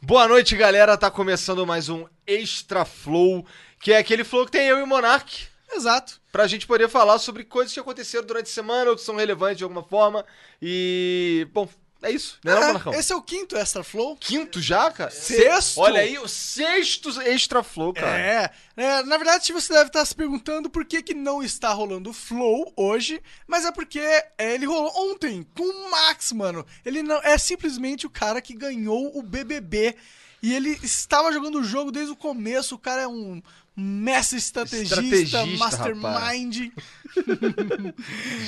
Boa noite, galera. Tá começando mais um Extra Flow, que é aquele flow que tem eu e o Monark, Exato. pra gente poder falar sobre coisas que aconteceram durante a semana ou que são relevantes de alguma forma. E, bom, é isso, né, não, É, Monarcão? esse é o quinto Extra Flow. Quinto já, cara? Sexto. Olha aí, o sexto Extra Flow, cara. É, é, na verdade você deve estar se perguntando por que, que não está rolando o Flow hoje, mas é porque é, ele rolou ontem com o Max, mano. Ele não é simplesmente o cara que ganhou o BBB e ele estava jogando o jogo desde o começo. O cara é um mestre estrategista, Estrategista, mastermind.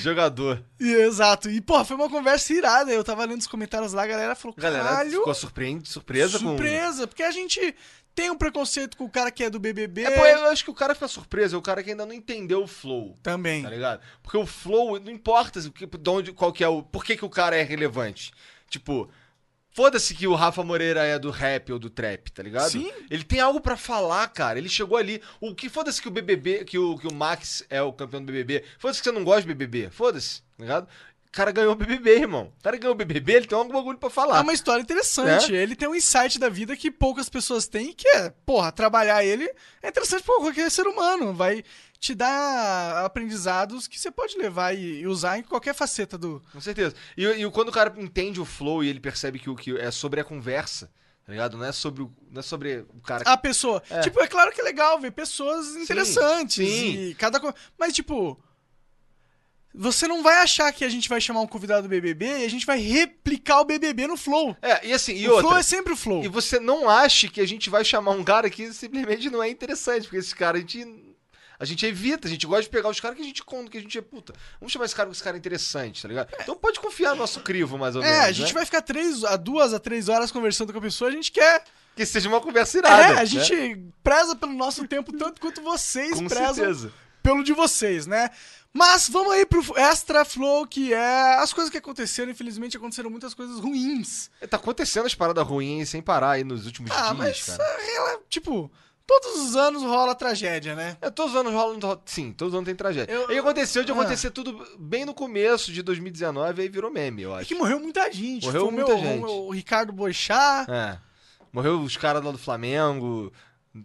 Jogador. E, exato. E pô, foi uma conversa irada. Eu tava lendo os comentários lá, a galera falou: Galera, "Caralho, ficou surpreende, surpresa, com... Surpresa, porque a gente tem um preconceito com o cara que é do BBB. É, pô, eu acho que o cara fica surpreso, é o cara que ainda não entendeu o flow. Também. Tá ligado? Porque o flow, não importa assim, que- de onde, qual que é o. Por que, que o cara é relevante. Tipo, foda-se que o Rafa Moreira é do rap ou do trap, tá ligado? Sim. Ele tem algo pra falar, cara. Ele chegou ali. O que foda-se que o BBB, que o, que o Max é o campeão do BBB. Foda-se que você não gosta de BBB. Foda-se, tá ligado? O cara ganhou o BBB, irmão. O cara ganhou o BBB, ele tem algum bagulho pra falar. É uma história interessante. É? Ele tem um insight da vida que poucas pessoas têm, que é, porra, trabalhar ele é interessante pra qualquer ser humano. Vai te dar aprendizados que você pode levar e, e usar em qualquer faceta do. Com certeza. E, e quando o cara entende o flow e ele percebe que o que é sobre a conversa, tá ligado? Não é sobre o, não é sobre o cara A pessoa. É. Tipo, é claro que é legal ver pessoas interessantes. sim. E cada co- Mas, tipo. Você não vai achar que a gente vai chamar um convidado do BBB e a gente vai replicar o BBB no Flow. É, e assim, e o outra. Flow é sempre o Flow. E você não acha que a gente vai chamar um cara que simplesmente não é interessante, porque esse cara a gente. A gente evita, a gente gosta de pegar os caras que a gente conta, que a gente é puta. Vamos chamar esse cara porque esse cara é interessante, tá ligado? Então pode confiar no nosso crivo, mais ou É, menos. a gente né? vai ficar três, a duas a três horas conversando com a pessoa, a gente quer. Que seja uma conversa irada. é, a né? gente preza pelo nosso tempo tanto quanto vocês Com prezam certeza. pelo de vocês, né? Mas vamos aí pro Extra Flow, que é as coisas que aconteceram. Infelizmente aconteceram muitas coisas ruins. Tá acontecendo as paradas ruins sem parar aí nos últimos Ah, dias, mas cara. é, ela, tipo, todos os anos rola tragédia, né? É, todos os anos rola. Sim, todos os anos tem tragédia. Eu- E aconteceu de Ah. acontecer tudo bem no começo de 2019, aí virou meme, eu É acho. que morreu muita gente. Morreu Foi o meu- muita gente. o meu- o Ricardo Boixá. É. Morreu os caras lá do Flamengo,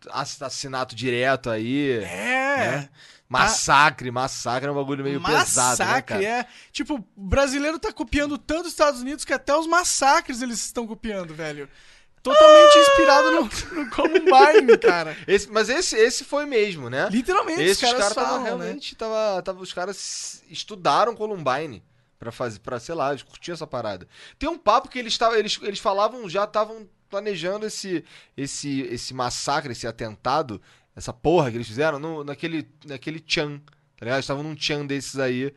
assassinato direto aí. Né? é. Massacre, massacre é um bagulho meio pesado, né, cara? Massacre, é. Tipo, o brasileiro tá copiando tanto os Estados Unidos que até os massacres eles estão copiando, velho. Totalmente inspirado no, no Columbine, cara. Esse- mas esse, esse foi mesmo, né? Literalmente, Esses os caras caras tava falam, né? realmente, tava, tava, os caras s- estudaram Columbine pra fazer, para sei lá, eles curtiam essa parada. Tem um papo que eles, tavam, eles, eles falavam, já estavam planejando esse, esse, esse massacre, esse atentado, essa porra que eles fizeram no- naquele, naquele tchan, tá ligado? Eles estavam num tchan desses aí,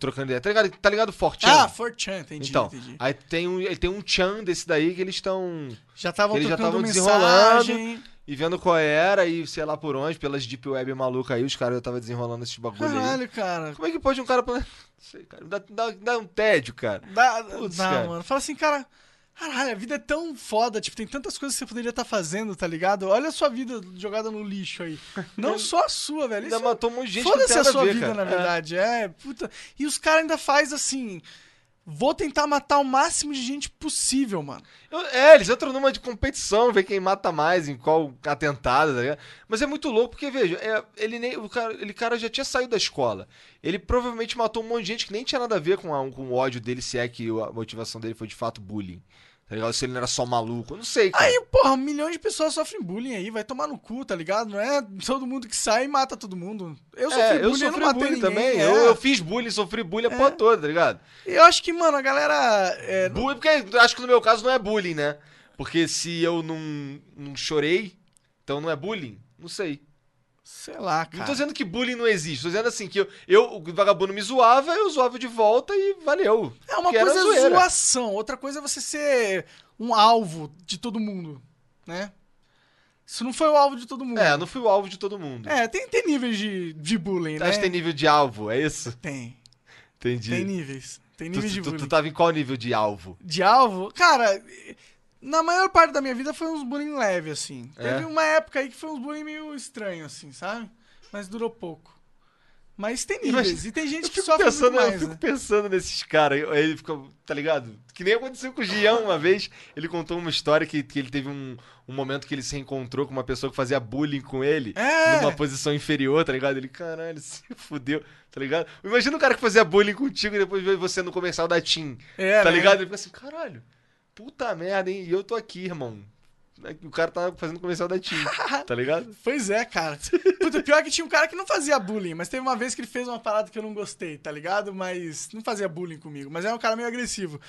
trocando ideia. Tá ligado? Tá ligado Fortran? Ah, Fortran, entendi, então, entendi. aí tem um, aí tem um tchan desse daí que eles estão... Já estavam eles já trocando estavam mensagem. E vendo qual era e sei lá por onde, pelas deep web maluca aí, os caras já tava desenrolando esse bagulho aí. Caralho, cara. Como é que pode um cara... plan- Não sei, cara. Dá, dá- dá um tédio, cara. Dá, Putz, dá, cara. mano. Fala assim, cara. Caralho, a vida é tão foda, tipo, tem tantas coisas que você poderia estar fazendo, tá ligado? Olha a sua vida jogada no lixo aí. Não só a sua, velho. Ainda Isso matou um monte de gente que não Foda-se tem a nada sua ver, vida, cara. na verdade. É. puta. E os caras ainda faz assim. Vou tentar matar o máximo de gente possível, mano. É. Eu- é, eles entram numa de competição, ver quem mata mais, em qual atentado, tá ligado? Mas é muito louco, porque, veja, é, ele nem, o cara, ele cara já tinha saído da escola. Ele provavelmente matou um monte de gente que nem tinha nada a ver com, a- com o ódio dele, se é que a motivação dele foi de fato bullying. Tá ligado? Se ele não era só maluco. Eu não sei, cara. Aí, porra, milhões de pessoas sofrem bullying aí, vai tomar no cu, tá ligado? Não é todo mundo que sai e mata todo mundo. Eu sofri É, bullying, eu eu sofri não matei bullying ninguém, também. é. Eu, eu fiz bullying, sofri bullying a porra toda, tá ligado? E eu acho que, mano, a galera. é, Bullying, porque acho que no meu caso não é bullying, né? Porque se eu não, não chorei, então não é bullying? Não sei. sei lá, Não tô cara. dizendo que bullying não existe. Tô dizendo assim que eu, eu o vagabundo me zoava, eu zoava de volta e valeu. É uma que era coisa é zoeira. zoação, outra coisa é você ser um alvo de todo mundo, né? Isso não foi o alvo de todo mundo. É, eu não fui o alvo de todo mundo. É, tem, tem níveis de, de bullying, né? Acho que tem nível de alvo, é isso? Tem. Entendi. Tem níveis. Tem Tu, níveis de tu, tu bullying. tava em qual nível de alvo? De alvo? Cara, na maior parte da minha vida foi uns bullying leve, assim. É? Teve uma época aí que foi uns bullying meio estranho, assim, sabe? Mas durou pouco. Mas tem níveis. Mas E tem gente Eu que fico, sofre pensando, muito eu mais, fico né? pensando nesses caras. eu- Ele fica, tá ligado? Que nem aconteceu com o Gian uma vez. Ele contou uma história que, que ele teve um, um momento que ele se reencontrou com uma pessoa que fazia bullying com ele. É. Numa posição inferior, tá ligado? Ele, caralho, se fudeu, tá ligado? Imagina o cara que fazia bullying contigo e depois vê você no comercial da Tim. É, tá né? ligado? Ele fica assim, caralho, puta merda, hein? E eu tô aqui, irmão. O cara tá fazendo comercial da Tim, tá ligado? Pois é, cara. Puta, pior que tinha um cara que não fazia bullying, mas teve uma vez que ele fez uma parada que eu não gostei, tá ligado? Mas não fazia bullying comigo, mas era um cara meio agressivo.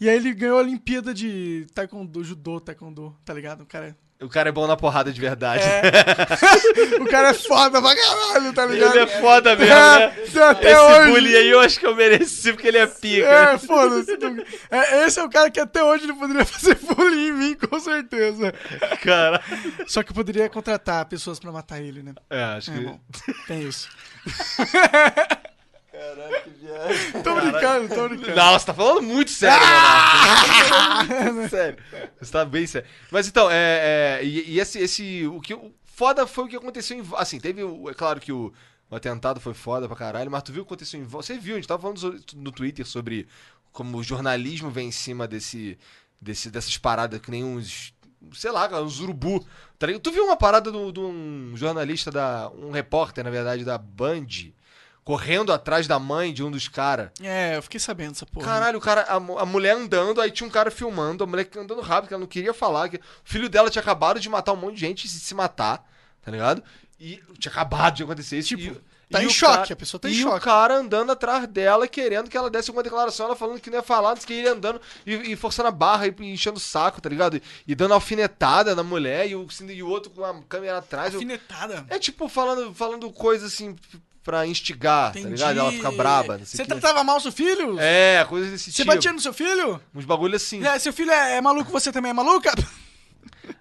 E aí ele ganhou a Olimpíada de Taekwondo, Judô, Taekwondo, tá ligado? O cara O cara é bom na porrada de verdade. é, o cara é foda pra caralho, tá ligado? Ele é foda mesmo, É, né? então até Esse hoje. bullying aí eu acho que eu mereci porque ele é pica. É, foda-se. É, esse é o cara que até hoje ele poderia fazer bullying em mim, com certeza. Cara. Só que eu poderia contratar pessoas pra matar ele, né? É, acho É que. bom, tem isso. Caralho, que viagem. Tô brincando, tô brincando. Não, você tá falando muito sério, Leonardo. Muito sério. Você tá bem sério. Mas então, é. é, e e esse, esse. O que. O foda foi o que aconteceu em. Va- Assim, teve. o- É claro que o. O atentado foi foda pra caralho, mas tu viu o que aconteceu em volta. Você viu, a gente tava falando so- no Twitter sobre como o jornalismo vem em cima desse, desse dessas paradas que nem uns. Sei lá, cara, uns urubu. tá ligado? Tu viu uma parada do- de um jornalista da. Um repórter, na verdade, da Band, correndo atrás da mãe de um dos caras. É, eu fiquei sabendo dessa porra. Caralho, o cara, a, mu- a mulher andando, aí tinha um cara filmando, a mulher andando rápido, que ela não queria falar. Que o filho dela tinha acabado de matar um monte de gente e se, se matar, tá ligado? E tinha acabado de acontecer isso. Tipo, e- tá e em o choque, cara- a pessoa tá em e o choque. cara andando atrás dela, querendo que ela desse uma declaração, ela falando que não ia falar, disse que ele andando e, e forçando a barra e enchendo o saco, tá ligado? E, e dando alfinetada na mulher, e o, e o outro com a câmera atrás. eu- Alfinetada. É tipo falando, falando coisa assim pra instigar, tá ligado? Ela fica braba, não sei Você o quê. tratava mal seu filho? É, coisa desse Você tipo. batia no seu filho? Uns bagulho assim. É, seu filho é, é maluco, você também é maluca?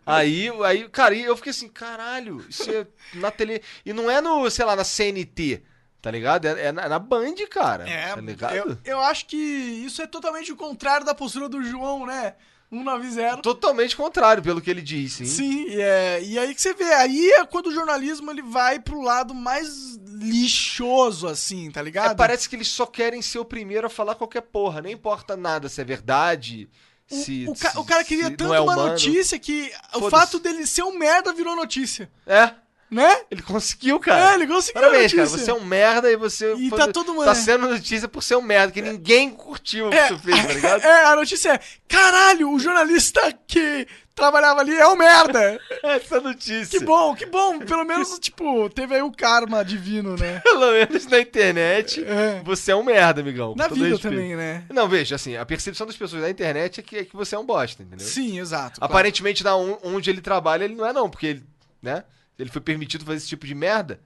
Aí, aí, cara, e eu fiquei assim, caralho, isso é na tele. E não é no, sei lá, na CNT, tá ligado? É, é na, na Band, cara. tá ligado? É, eu, eu acho que isso é totalmente o contrário da postura do João, né? 190. Totalmente contrário pelo que ele disse, hein? Sim, e, é, e aí que você vê, aí é quando o jornalismo ele vai pro lado mais lixoso, assim, tá É, ligado? parece que eles só querem ser o primeiro a falar qualquer porra, nem importa nada se é verdade, O, se. o ca- se- o cara se queria não tanto é uma humano. notícia que o Foda-se. fato dele ser um merda virou notícia, É, né? ele conseguiu, é, cara. ele conseguiu a Parabéns, notícia. cara. Você é um merda e você. E foi- tá todo mundo- Tá sendo notícia por ser um merda, que ninguém curtiu o que É. você fez, tá ligado? É, a notícia é: caralho, o jornalista que trabalhava ali é um merda. Essa notícia. Que bom, que bom. Pelo menos, tipo, teve aí o karma divino, né? Pelo menos na internet, É. você é um merda, amigão. com Na todo vida respeito. também, né? Não, veja, assim, a percepção das pessoas na internet é que, é que você é um bosta, entendeu? Sim, exato. claro. Aparentemente, na on- onde ele trabalha, ele não é não, porque ele, né? Ele foi permitido fazer esse tipo de merda.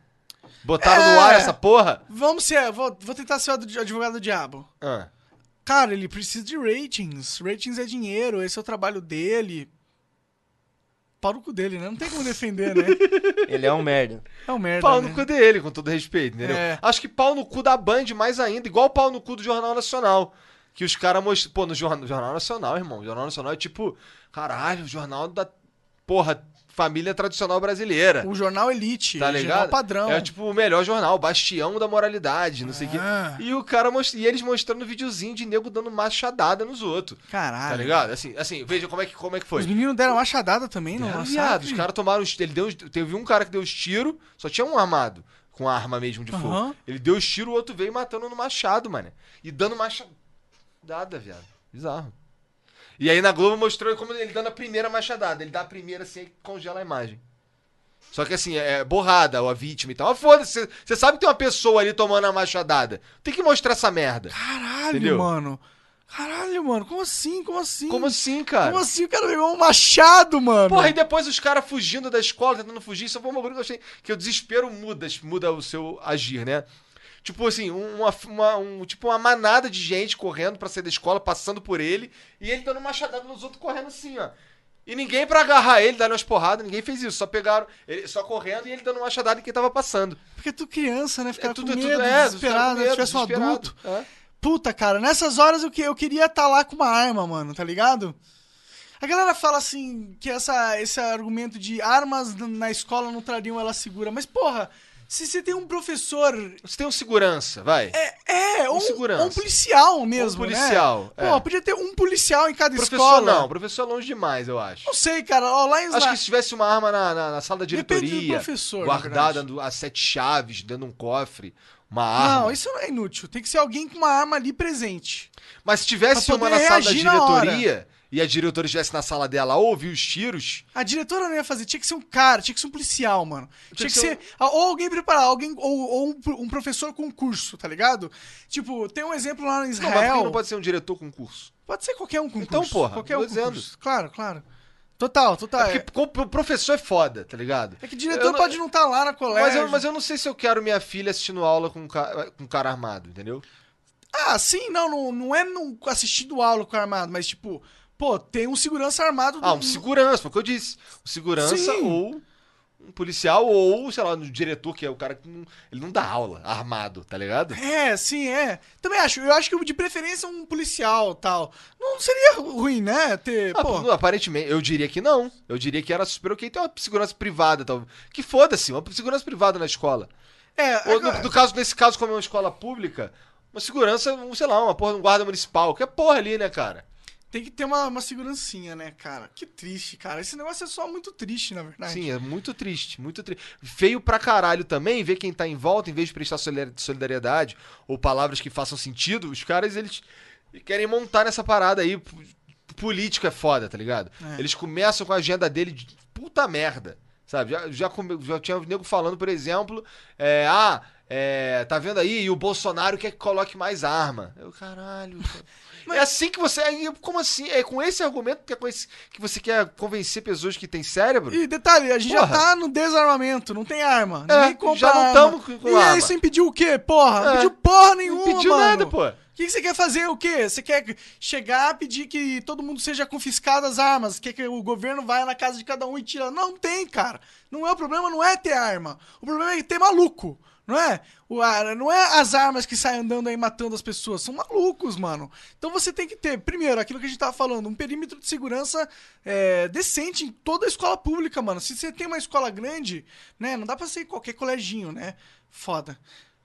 Botaram É. no ar essa porra. Vamos ser, vou, vou tentar ser o ad- advogado do diabo. Ah, Cara, ele precisa de ratings. Ratings é dinheiro, esse é o trabalho dele. Pau no cu dele, né? Não tem como defender, né? Ele é um merda. É um merda. pau né? no cu dele, com todo respeito, entendeu? É. Acho que pau no cu da Band mais ainda, igual pau no cu do Jornal Nacional. Que os caras mostram. Pô, no jornal, jornal Nacional, irmão. Jornal Nacional é tipo. Caralho, jornal da. Porra, família tradicional brasileira. O jornal Elite, Tá o ligado? jornal padrão. É tipo o melhor jornal, bastião da moralidade, não sei o quê. Ah. E o cara most... e eles mostrando videozinho de nego dando machadada nos outros. Caralho. Tá ligado? Assim, assim, veja como é que como é que Os foi. meninos deram machadada também, não? Ah, Nossa, viado, os sabe? caras tomaram os- ele deu os- teve um cara que deu os tiros, só tinha um armado com arma mesmo de fogo. Aham. Ele deu os tiros, o outro veio matando no machado, mano. E dando machadada, viado. Bizarro. E aí na Globo mostrou como ele dando a primeira machadada. Ele dá a primeira assim e congela a imagem. Só que assim, é borrada a vítima e tal. Mas foda-se, você- você sabe que tem uma pessoa ali tomando a machadada. Tem que mostrar essa merda. Caralho, Entendeu? mano. Caralho, mano. Como assim? Como assim? Como assim, cara? Como assim o cara pegou um machado, mano? Porra, e depois os caras fugindo da escola, tentando fugir, isso foi um bagulho que eu achei que o desespero muda, muda o seu agir, né? Tipo assim, uma, uma- um, tipo uma manada de gente correndo pra sair da escola, passando por ele, e ele dando machadada nos outros correndo assim, ó. E ninguém pra agarrar ele, dar umas porradas, ninguém fez isso, só pegaram, ele só correndo e ele dando machadada em quem tava passando. Porque tu criança, né? Ficar tudo- com é tudo- medo, é, desesperado, ficar com medo, se tivesse um desesperado. adulto. É. Puta, cara, nessas horas eu, que, eu queria estar lá com uma arma, mano, tá ligado? A galera fala assim, que essa, esse argumento de armas n- na escola não trariam ela segura, mas porra, Se você tem um professor. Você tem um segurança, vai. É, Um ou segurança. ou um policial mesmo. um né? policial. Pô, é. podia ter um policial em cada Professor escola. não, professor é longe demais, eu acho. Não sei, cara. Ó, lá em Acho Isla- que se tivesse uma arma na, na- na sala da Depende do diretoria, professor, na guardada verdade. no- a sete chaves, dentro de um cofre, uma arma. Não, isso não é inútil. Tem que ser alguém com uma arma ali presente. Mas se tivesse Pra uma poder na sala da reagir na hora. diretoria e a diretora estivesse na sala dela ouvir os tiros, A diretora não ia fazer, tinha que ser um cara, tinha que ser um policial, mano. Tinha que, ser ser. Ou alguém preparar, alguém, ou, ou um, pro- um professor com curso, tá ligado? Tipo, tem um exemplo lá em não, mas por Israel. que não pode... pode ser um diretor com curso? ser qualquer um com Então, curso. porra, qualquer tô um com dizendo. curso. Claro, claro. Total, total. Porque É, co- o professor é foda, tá ligado? é que Eu diretor não- pode não estar lá na colégio. Mas eu, mas eu não sei se eu quero minha filha assistindo aula com um cara, com um cara armado, entendeu? Ah, sim, não, não, não é não assistindo aula com armado, mas tipo, pô, tem um segurança armado. Ah, do- um segurança, foi o que eu disse. Um segurança Sim. ou um policial ou, sei lá, um diretor, que é o cara que não, ele não dá aula armado, tá ligado? É, sim, é. Também acho. Eu acho que de preferência um policial tal. Não seria ruim, né? Ter. Ah, pô, não, Aparentemente, eu diria que não. Eu diria que era super ok. Tem uma segurança privada, talvez. Que foda-se, uma segurança privada na escola. é, Ou agora- no, no caso, nesse caso, como é uma escola pública, uma segurança, um, sei lá, uma porra, um guarda municipal, que é porra ali, né, cara? tem que ter uma, uma segurancinha, né, cara? Que triste, cara. Esse negócio é só muito triste, na verdade. Sim, é muito triste, muito triste. Feio pra caralho também ver quem tá em volta, em vez de prestar solidar- solidariedade ou palavras que façam sentido, os caras, eles querem montar nessa parada aí. P- Político é foda, tá ligado? É. Eles começam com a agenda dele de puta merda, sabe? Já, já, come- já tinha nego falando, por exemplo, é, ah, é, tá vendo aí? E o Bolsonaro quer que coloque mais arma. Eu, caralho. cara. Mas- É assim que você. aí, Como assim? É com esse argumento que, é com esse- que você quer convencer pessoas que têm cérebro? E detalhe, a gente já Porra. tá no desarmento, não tem arma. É, ninguém compra já não arma. tamo com- com E arma. aí você impediu o quê, porra? Não É. impediu porra Não nenhuma, impediu mano. nada, pô. O que, que você quer fazer? O quê? Você quer chegar, pedir que todo mundo seja confiscado as armas? Quer que o governo vá na casa de cada um e tira? Não tem, cara. Não é o problema, não é ter arma. O problema é ter maluco. Não é? O, a- não é as armas que saem andando aí matando as pessoas, são malucos, mano. Então você tem que ter, primeiro, aquilo que a gente tava falando, um perímetro de segurança é, decente em toda a escola pública, mano. Se você tem uma escola grande, né? Não dá pra ser qualquer coleginho, né? Foda.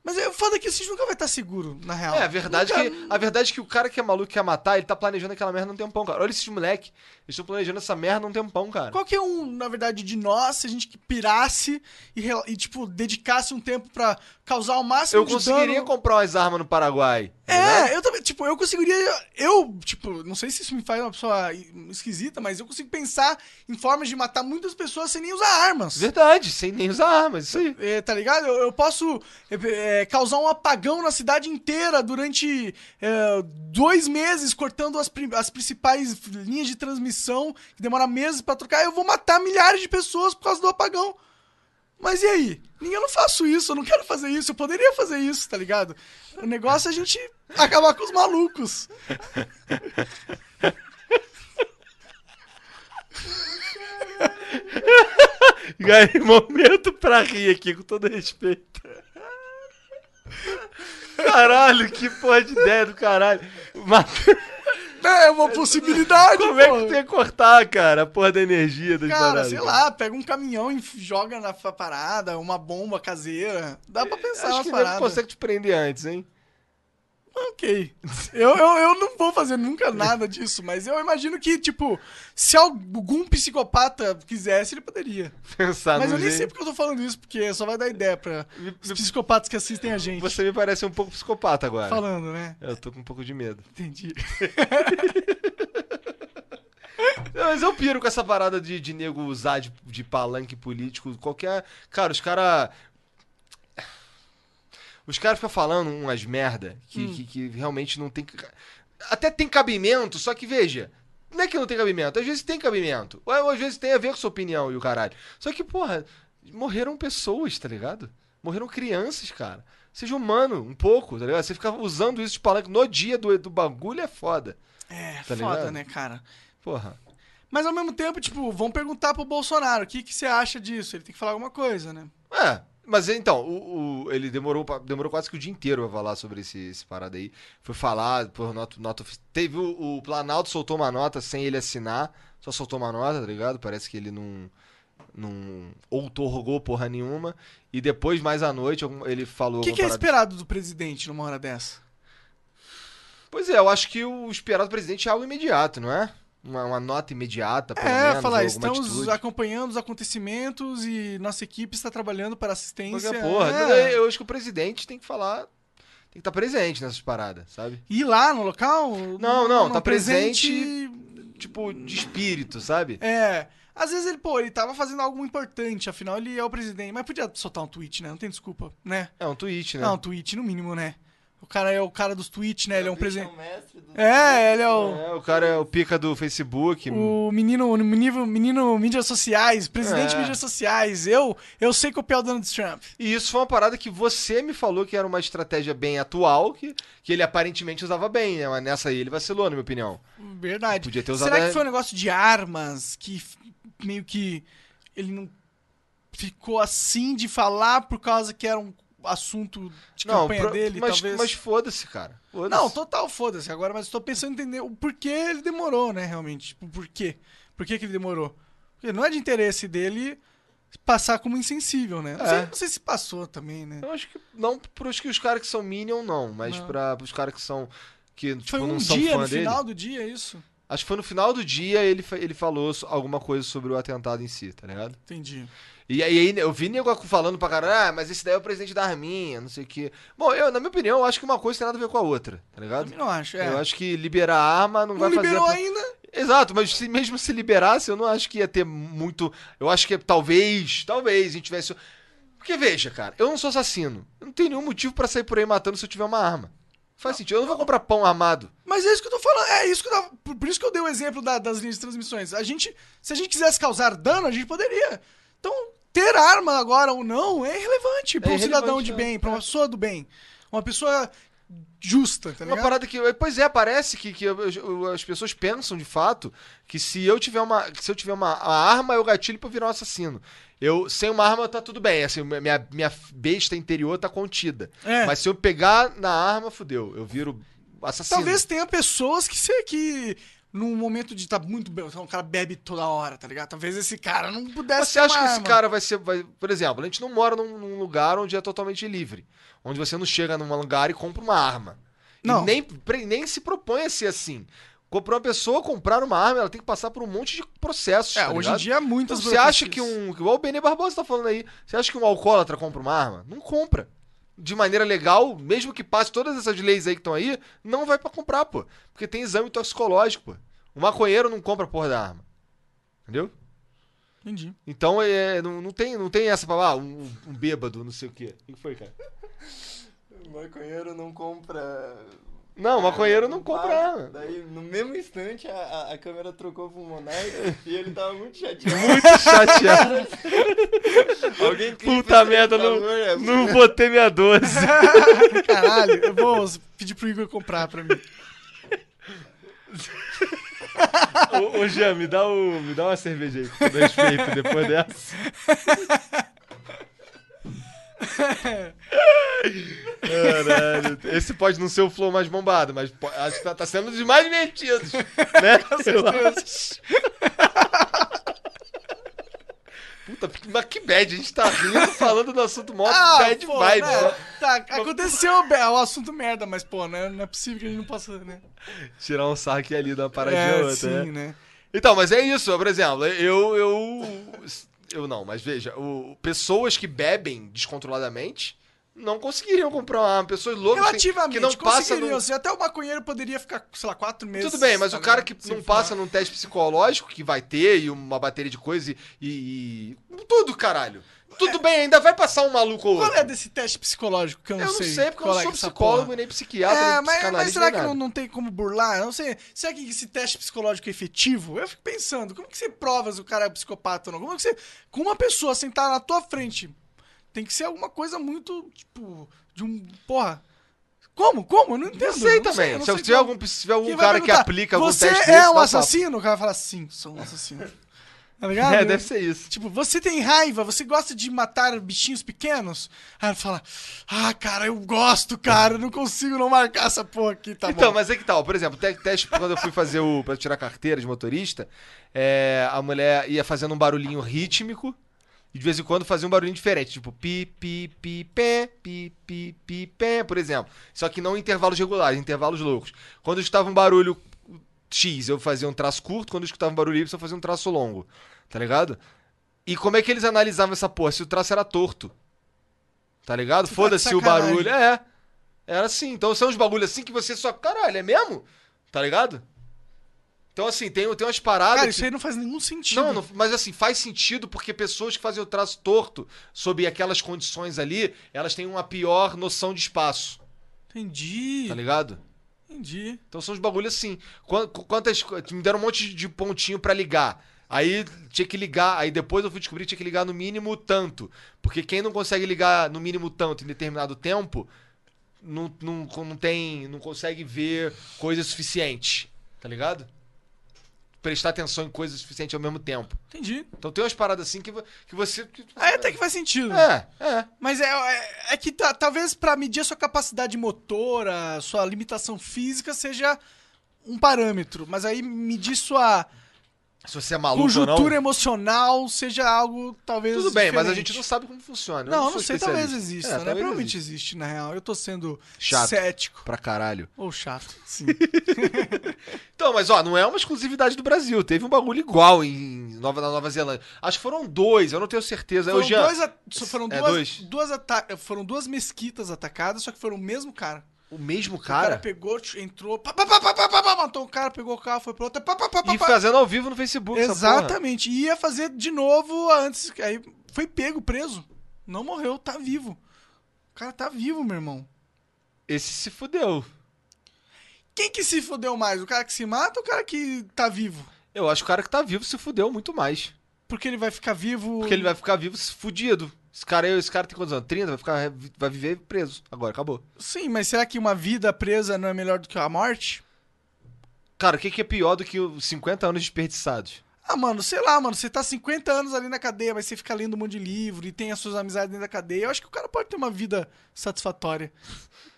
Mas é foda que vocês nunca vai estar seguro, na real. É, a verdade, é que, Nunca- a verdade é que o cara que é maluco que quer matar, ele tá planejando aquela merda há um tempão, cara. Olha esses moleque. Eles estão planejando essa merda há um tempão, cara. Qualquer um, na verdade, de nós, se a gente que pirasse e, rela- e, tipo, dedicasse um tempo pra causar o máximo Eu de conseguiria dano... comprar umas armas no Paraguai. tá ligado? É, eu também, tipo, eu conseguiria, eu, tipo, não sei se isso me faz uma pessoa esquisita, mas eu consigo pensar em formas de matar muitas pessoas sem nem usar armas. Verdade, sem nem usar armas, isso aí. É, tá ligado? Eu, eu posso é, é, causar um apagão na cidade inteira durante é, dois meses, cortando as, pri- as principais linhas de transmissão, que demora meses pra trocar. Eu vou matar milhares de pessoas por causa do apagão. Mas e aí? Ninguém eu não faço isso, eu não quero fazer isso, eu poderia fazer isso, tá ligado? O negócio é a gente acabar com os malucos. Ganhei momento pra rir aqui, com todo respeito. Caralho, que porra de ideia do caralho. Mas É uma possibilidade, como é que pô. tu ia cortar, cara, a porra da energia das Cara, paradas? sei lá, pega um caminhão e joga na fa- parada, uma bomba caseira. Dá pra pensar Acho né? umas que ele paradas. consegue te prender antes, hein? Ok. Eu, eu, eu não vou fazer nunca nada disso, mas eu imagino que, tipo, se algum psicopata quisesse, ele poderia. Pensar mas no eu nem jeito. sei porque eu tô falando isso, porque só vai dar ideia pra Me- me- os psicopatas que assistem a gente. Você me parece um pouco psicopata agora. Falando, né? Eu tô com um pouco de medo. Entendi. Não, Mas eu piro com essa parada de, de nego usar de, de palanque político, qualquer. Cara, os cara. Os caras ficam falando umas merda que, que, que realmente não tem. Até tem cabimento, só que veja. Não é que não tem cabimento, às vezes tem cabimento. Ou ou às vezes tem a ver com sua opinião e o caralho. Só que, porra, morreram pessoas, tá ligado? Morreram crianças, cara. Seja humano, um pouco, tá ligado? Você ficar usando isso de palanque no dia do, do bagulho é foda. É, Tá foda, ligado? né, cara? Porra. Mas ao mesmo tempo, tipo, vão perguntar pro Bolsonaro o que, que você acha disso. Ele tem que falar alguma coisa, né? É, mas então, o, o- ele demorou, pa- demorou quase que o dia inteiro pra falar sobre esse, esse parada aí. Foi falar, por nota, nota ofi- Teve o, o Planalto soltou uma nota sem ele assinar, só soltou uma nota, tá ligado? Parece que ele não. não outorgou porra nenhuma. E depois, mais à noite, algum- ele falou. O que, alguma que é parada- esperado do presidente numa hora dessa? Pois é, eu acho que o esperado do presidente é algo imediato, não é? Uma, uma nota imediata, pelo É, menos, ou falar, alguma estamos atitude. acompanhando os acontecimentos e nossa equipe está trabalhando para assistência. Qualquer porra. É. Eu acho que o presidente tem que falar. Tem que estar presente nessas paradas, sabe? Ir lá no local? Não, não, tá presente. Tipo, de espírito, sabe? É. Às vezes ele, pô, ele tava fazendo algo importante, afinal ele é o presidente. Mas podia soltar um tweet, né? Não tem desculpa, né? É um tweet, né? Não, um tweet no mínimo, né? O cara é o cara dos tweets, né? Ele é um Christian presidente. mestre do- É, ele é o. É, o cara é o pica do Facebook. O menino, o menino, menino mídias sociais, É. presidente de mídias sociais. Eu, eu sei copiar o Donald Trump. E isso foi uma parada que você me falou que era uma estratégia bem atual, que, que ele aparentemente usava bem, né? Mas nessa aí ele vacilou, na minha opinião. Verdade. Podia ter usado é Será a- que foi um negócio de armas que f- meio que ele não ficou assim de falar por causa que era um assunto de campanha pro- dele, mas, talvez? mas foda-se, cara. Foda-se. Não, total foda-se agora, mas estou pensando em entender o porquê ele demorou, né, realmente. Tipo, por quê? Por que, que ele demorou? Porque não é de interesse dele passar como insensível, né? Não, É. sei, não sei se passou também, né? Eu acho que não pros que os caras que são Minion, não, mas Não. para os caras que são. Que tipo, Foi um não são dia, fã no dele. final do dia, é isso? Acho que foi no final do dia ele, fa- ele falou so- alguma coisa sobre o atentado em si, tá ligado? Entendi. E aí aí eu vi nego falando pra caralho, ah, mas esse daí é o presidente da Arminha, não sei o quê. Bom, eu, na minha opinião, eu acho que uma coisa tem nada a ver com a outra, tá ligado? Também não acho, é. Eu acho que liberar a arma não, não vai liberou fazer. ainda, Exato, mas se, mesmo se liberasse, eu não acho que ia ter muito. Eu acho que é, talvez, talvez a gente tivesse. Porque veja, cara, eu não sou assassino. Eu não tenho nenhum motivo pra sair por aí matando se eu tiver uma arma. Faz sentido. Eu não vou comprar pão armado. Mas é isso que eu tô falando, é isso que eu tava, por, por isso que eu dei o exemplo da- das linhas de transmissões. A gente, se a gente quisesse causar dano, a gente poderia. Então, ter arma agora ou não é irrelevante pra um irrelevante, cidadão de é. bem, pra uma pessoa do bem, uma pessoa justa, tá Uma ligado? parada que. Pois é, parece que, que eu- eu- as pessoas pensam de fato que se eu tiver uma. que Se eu tiver uma a arma, é o gatilho pra eu virar um assassino. Eu, sem uma arma, tá tudo bem. Assim, minha, minha besta interior tá contida. É. Mas se eu pegar na arma, fudeu. Eu viro assassino. Talvez tenha pessoas que se que num momento de tá muito bem, um cara bebe toda hora, tá ligado? Talvez esse cara não pudesse Você ter acha uma que esse arma. cara vai ser. vai- por exemplo, a gente não mora num, num lugar onde é totalmente livre. Onde você não chega num lugar e compra uma arma. E Não. nem, pre- nem se propõe a ser assim. Pra uma pessoa comprar uma arma, ela tem que passar por um monte de processos. É, tá hoje em ligado? dia muitas Então, você acha burocracias. que um. Igual o Benê Barbosa tá falando aí. Você acha que um alcoólatra compra uma arma? Não compra. De maneira legal, mesmo que passe todas essas leis aí que estão aí, não vai pra comprar, pô. Porque tem exame toxicológico, pô. O maconheiro não compra a porra da arma. Entendeu? Entendi. Então, é, não, não tem, não tem essa pra ah, um, um bêbado, não sei o quê. O que foi, cara? O maconheiro não compra. Não, o maconheiro não compra Ah, né? Para. arma. Daí, no mesmo instante, a, a, a câmera trocou pro Monarca e ele tava muito chateado. Muito chateado. Alguém clica Puta esse merda, não- computador, é não botei minha 12. Caralho, eu vou pedir pro Igor comprar pra mim. Ô, ô Jean, me dá, o, me dá uma cerveja aí, com todo respeito, depois dessa. Caralho. Esse pode não ser o flow mais bombado, mas po- acho que tá, tá sendo um dos mais divertidos. Né? Sei lá. Puta, mas que bad. A gente tá rindo falando do assunto mó bad pô, vibes. né? né? Tá, aconteceu be- o assunto merda, mas, pô, né? não é possível que a gente não possa, né? Tirar um saque ali da parada é, de outra, né? sim, né? Então, mas é isso, por exemplo, eu. Eu, eu não, mas veja, o- pessoas que bebem descontroladamente não conseguiriam comprar uma arma. Pessoas loucas que- Relativamente, assim? que não passam. conseguiriam. num- assim, até o maconheiro poderia ficar, sei lá, quatro meses. Tudo bem, mas o sabe, cara que sem não fumar. passa num teste psicológico, que vai ter, e uma bateria de coisa e. e- e- tudo, caralho. Tudo bem, ainda vai passar um maluco ou Qual outro. é desse teste psicológico que eu Eu não sei? porque eu qual não é sou essa psicólogo, porra? nem psiquiatra, É, nem mas, mas psicanalista. será nem que não, nada. não tem como burlar? Eu Não sei. Será que esse teste psicológico é efetivo? Eu fico pensando, como que você prova se o cara é psicopata ou não? Como que você. Com uma pessoa sentada na tua frente, tem que ser alguma coisa muito, tipo, de um. Porra. Como? Como? Eu não entendo. Eu sei eu não também. eu não se, sei tiver como. algum, se tiver algum Quem vai cara que perguntar, aplica algum Você teste é desse, um dá papo." assassino? O cara fala, sim, sou um assassino. Tá ligado? É, deve ser isso. Tipo, você tem raiva, você gosta de matar bichinhos pequenos? Aí ele fala, ah, cara, eu gosto, cara, eu não consigo não marcar essa porra aqui, tá então, bom. mas é que tal, por exemplo, te- teste quando eu fui fazer o. pra tirar carteira de motorista, é, a mulher ia fazendo um barulhinho rítmico, E de vez em quando fazia um barulhinho diferente, tipo pi, pi, pi, pé, pi, pi, pi, pé, por exemplo. Só que não em intervalos regulares, em intervalos loucos. Quando eu escutava um barulho X, eu fazia um traço curto, quando eu escutava um barulho Y, eu fazia um traço longo. Tá ligado? E como é que eles analisavam essa porra? Se o traço era torto. Tá ligado? Tu tá de Foda-se o sacanagem. barulho. É. Era assim. Então são uns bagulhos assim que você só. Caralho, é mesmo? Tá ligado? Então, assim, tem, tem umas paradas. Cara, que- isso aí não faz nenhum sentido. não, não, mas assim, faz sentido porque pessoas que fazem o traço torto sob aquelas condições ali, elas têm uma pior noção de espaço, Entendi. tá ligado? Entendi. Então são os bagulhos assim. Quan- Quantas. co- Me deram um monte de pontinho pra ligar. Aí tinha que ligar, aí depois eu fui descobrir que tinha que ligar no mínimo tanto. Porque quem não consegue ligar no mínimo tanto em determinado tempo, não, não, não tem. não consegue ver coisa suficiente, tá ligado? Prestar atenção em coisa suficiente ao mesmo tempo. Entendi. Então tem umas paradas assim que, vo- que você. que- Aí até Ah, que faz sentido. É, é. Mas é, é, é que ta- talvez pra medir a sua capacidade motora, sua limitação física seja um parâmetro. Mas aí medir sua Se você é maluco ou não. conjuntura emocional seja algo talvez. Tudo bem, mas a diferente. gente não sabe como funciona. Eu Não, não, sou sei, talvez especialista. exista, É, né? talvez Provavelmente existe. na real. Eu tô sendo Chato. cético. Pra caralho. Ou chato, sim. Então, mas ó, não é uma exclusividade do Brasil. Teve um bagulho igual em Nova, na Nova Zelândia. Acho que foram dois, eu não tenho certeza. foram, Ô, Jean, dois a- só foram É, duas, dois. duas ata- foram duas mesquitas atacadas, só que foram o mesmo cara. o mesmo O cara cara. pegou, tch- entrou, pá, pá, pá, pá, pá, pá, pá, matou o cara, pegou o carro, foi pro outro, pá, pá, pá, pá, E pá. fazendo ao vivo no Facebook. essa porra. Exatamente. E ia fazer de novo antes. Aí foi pego, preso. Não morreu, tá vivo. O cara tá vivo, meu irmão. Esse se fudeu. Quem que se fodeu mais? O cara que se mata ou o cara que tá vivo? Eu acho que o cara que tá vivo se fudeu muito mais. Porque ele vai ficar vivo. Porque ele vai ficar vivo se fudido. Esse cara, esse cara tem quantos anos? 30? Vai, ficar, vai viver preso. Agora, acabou. Sim, mas será que uma vida presa não é melhor do que a morte? Cara, o que, que é pior do que os 50 anos desperdiçados? Ah, mano, sei lá, mano. Você tá 50 anos ali na cadeia, mas você fica lendo um monte de livro e tem as suas amizades dentro da cadeia. Eu acho que o cara pode ter uma vida satisfatória.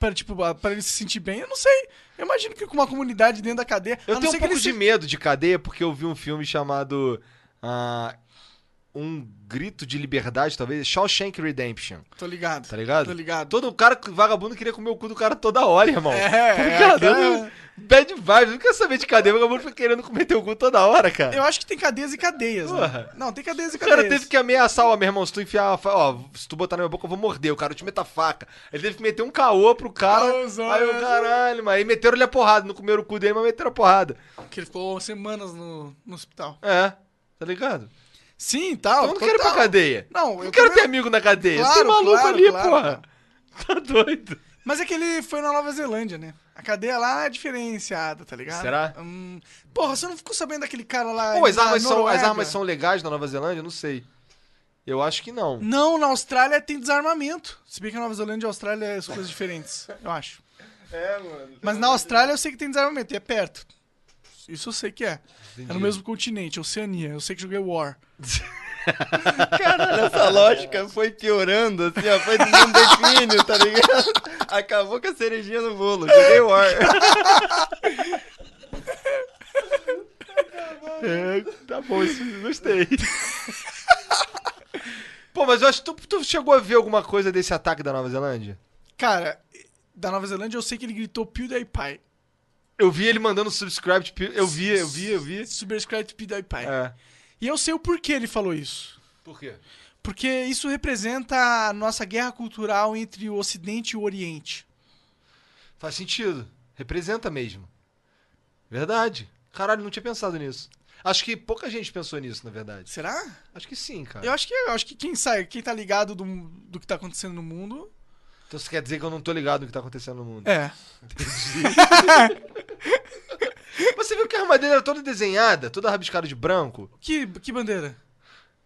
Pra, tipo, ah, pra ele se sentir bem. Eu não sei. Eu imagino que com uma comunidade dentro da cadeia. a Eu não tenho ser um que pouco ele de se- medo de cadeia porque eu vi um filme chamado ah, Um Grito de Liberdade, talvez, Shawshank Redemption, Tô ligado. tá ligado? Tô ligado. Todo cara vagabundo queria comer o cu do cara toda hora, irmão. tá É, é, ligado? aquela- Eu não- Bad vibes, não quero saber de cadeia, vagabundo fica querendo comer teu cu toda hora, cara. Eu acho que tem cadeias e cadeias, né? Porra. Não, tem cadeias e O cara cadeias. teve que ameaçar, ó, meu irmão, se tu enfiar, a fa- ó, se tu botar na minha boca, eu vou morder, o cara eu te meto a faca. Ele teve que meter um caô pro cara. Caôzão, aí né? o caralho, mas aí meteram-lhe a porrada, não comeram o cu dele, mas meteram a porrada. Porque ele ficou semanas no, no hospital. Então, É, tá ligado? Sim, tal. Eu não quero ir pra Ah, total. cadeia. Não, Eu eu não quero também- ter amigo na cadeia. Claro, Você tem maluco claro, ali, claro, porra. Tá doido. Mas é que ele foi na Nova Zelândia, né? A cadeia lá é diferenciada, tá ligado? Será? Hum, porra, você não ficou sabendo daquele cara lá. Pô, as na armas, são, as Noruega? armas são legais na Nova Zelândia? Eu não sei. Eu acho que não. Não, na Austrália tem desarmamento. Se bem que a Nova Zelândia e a Austrália é as coisas diferentes, eu acho. É, mano. Mas na Austrália eu sei que tem desarmamento, e é perto. Isso eu sei que é. É no Entendi. mesmo continente, Oceania. Eu sei que joguei War. Caralho, essa lógica foi piorando, assim, ó. Foi num declínio, tá ligado? Acabou com a cerejinha no bolo. Joguei War. É, tá bom, isso, gostei. Pô, mas eu acho que tu, tu chegou a ver alguma coisa desse ataque da Nova Zelândia? Cara, da Nova Zelândia eu sei que ele gritou PewDiePie. Eu vi ele mandando subscribe. Tipo, eu vi, eu vi, eu vi. Subscribe to PewDiePie. É. E eu sei o porquê ele falou isso. Por quê? Porque isso representa a nossa guerra cultural entre o Ocidente e o Oriente. Faz sentido. Representa mesmo. Verdade. Caralho, não tinha pensado nisso. Acho que pouca gente pensou nisso, na verdade. Será? Acho que sim, cara. Eu acho que, eu acho que quem sai, quem tá ligado do, do que tá acontecendo no mundo. Então você quer dizer que eu não tô ligado no que tá acontecendo no mundo. É. Você viu que a armadilha era toda desenhada, toda rabiscada de branco? Que, que bandeira?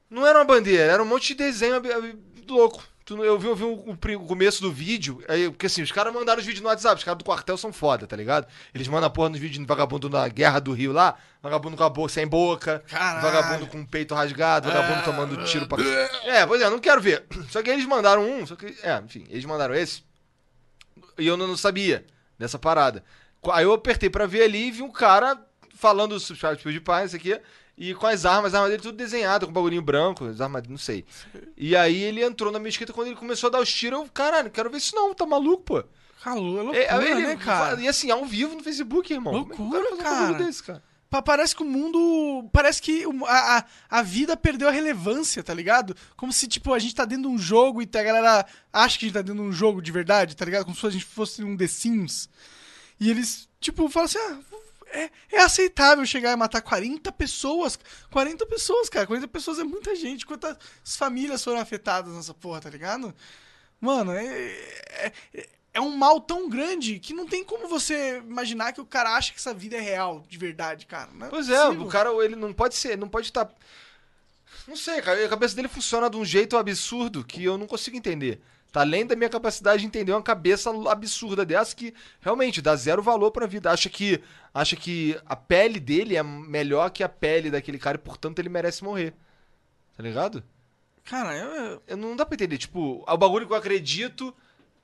Não era uma bandeira, era um monte de desenho ab- ab- louco. Tu não- Eu vi, eu vi o, o pri- o começo do vídeo, aí, porque assim, os caras mandaram os vídeos no WhatsApp, os caras do quartel são foda, tá ligado? Eles mandam a porra nos vídeos de vagabundo na guerra do Rio lá, vagabundo com a boca sem boca, Caralho. vagabundo com o peito rasgado, vagabundo tomando tiro pra. É, pois é, não quero ver. Só que eles mandaram um, só que. É, enfim, eles mandaram esse. E eu não não sabia dessa parada. Qu- Aí eu apertei pra ver ali e vi um cara falando subscribe to PewDiePie, isso aqui. E com as armas, as armas dele tudo desenhado, com bagulhinho branco, as armas, não sei. E aí ele entrou na mesquita, quando ele começou a dar os tiros, eu, caralho, não quero ver isso não, tá maluco, pô. Calor, é É, loucura, ele- né, cara? E assim, ao vivo no Facebook, irmão. Loucura, Como é que o cara. faz um bagulho cara. desse, cara? Pa- Parece que o mundo. Parece que o- a, a, a vida perdeu a relevância, tá ligado? Como se, tipo, a gente tá dentro de um jogo e a galera acha que a gente tá dentro de um jogo de verdade, tá ligado? Como se a gente fosse um The Sims. E eles, tipo, falam assim: ah, é, é aceitável chegar e matar 40 pessoas. 40 pessoas, cara. 40 pessoas é muita gente. Quantas famílias foram afetadas nessa porra, tá ligado? Mano, é, é, é um mal tão grande que não tem como você imaginar que o cara acha que essa vida é real, de verdade, cara. Não Pois é, possível. o cara, ele não pode ser, não pode estar. Não sei, cara, a cabeça dele funciona de um jeito absurdo que eu não consigo entender. Tá além da minha capacidade de entender uma cabeça absurda dessa que realmente dá zero valor pra vida. Acha que, acha que a pele dele é melhor que a pele daquele cara e, portanto, ele merece morrer. Tá ligado? Cara, eu- eu- Eu- não dá pra entender. Tipo, o bagulho que eu acredito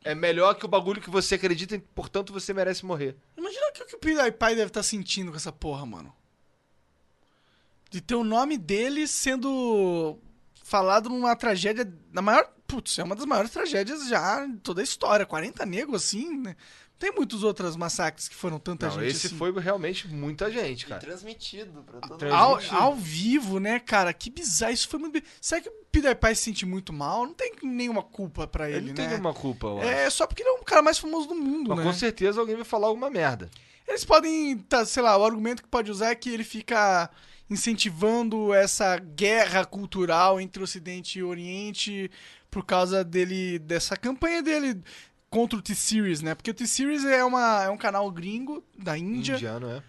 é melhor que o bagulho que você acredita e, portanto, você merece morrer. imagina o que, que o PewDiePie deve estar sentindo com essa porra, mano. De ter o nome dele sendo falado numa tragédia. Na maior. Putz, é uma das maiores tragédias já de toda a história. 40 negros assim, né? Tem muitos outros massacres que foram tanta Não, gente esse assim. foi realmente muita gente, E cara. transmitido pra todo Trans- mundo. Ao, gente- ao vivo, né, cara? Que bizarro. Isso foi muito. bi- Será que o PewDiePie se sente muito mal? Não tem nenhuma culpa pra ele, Ele, não né? tem nenhuma culpa, eu acho. É só porque ele é um cara mais famoso do mundo, Mas né? com certeza alguém vai falar alguma merda. Eles podem, tá, sei lá, o argumento que pode usar é que ele fica incentivando essa guerra cultural entre Ocidente e Oriente por causa dele dessa campanha dele contra o T-Series, né? Porque o T-Series é, uma- é um canal gringo da Índia Indiano, é.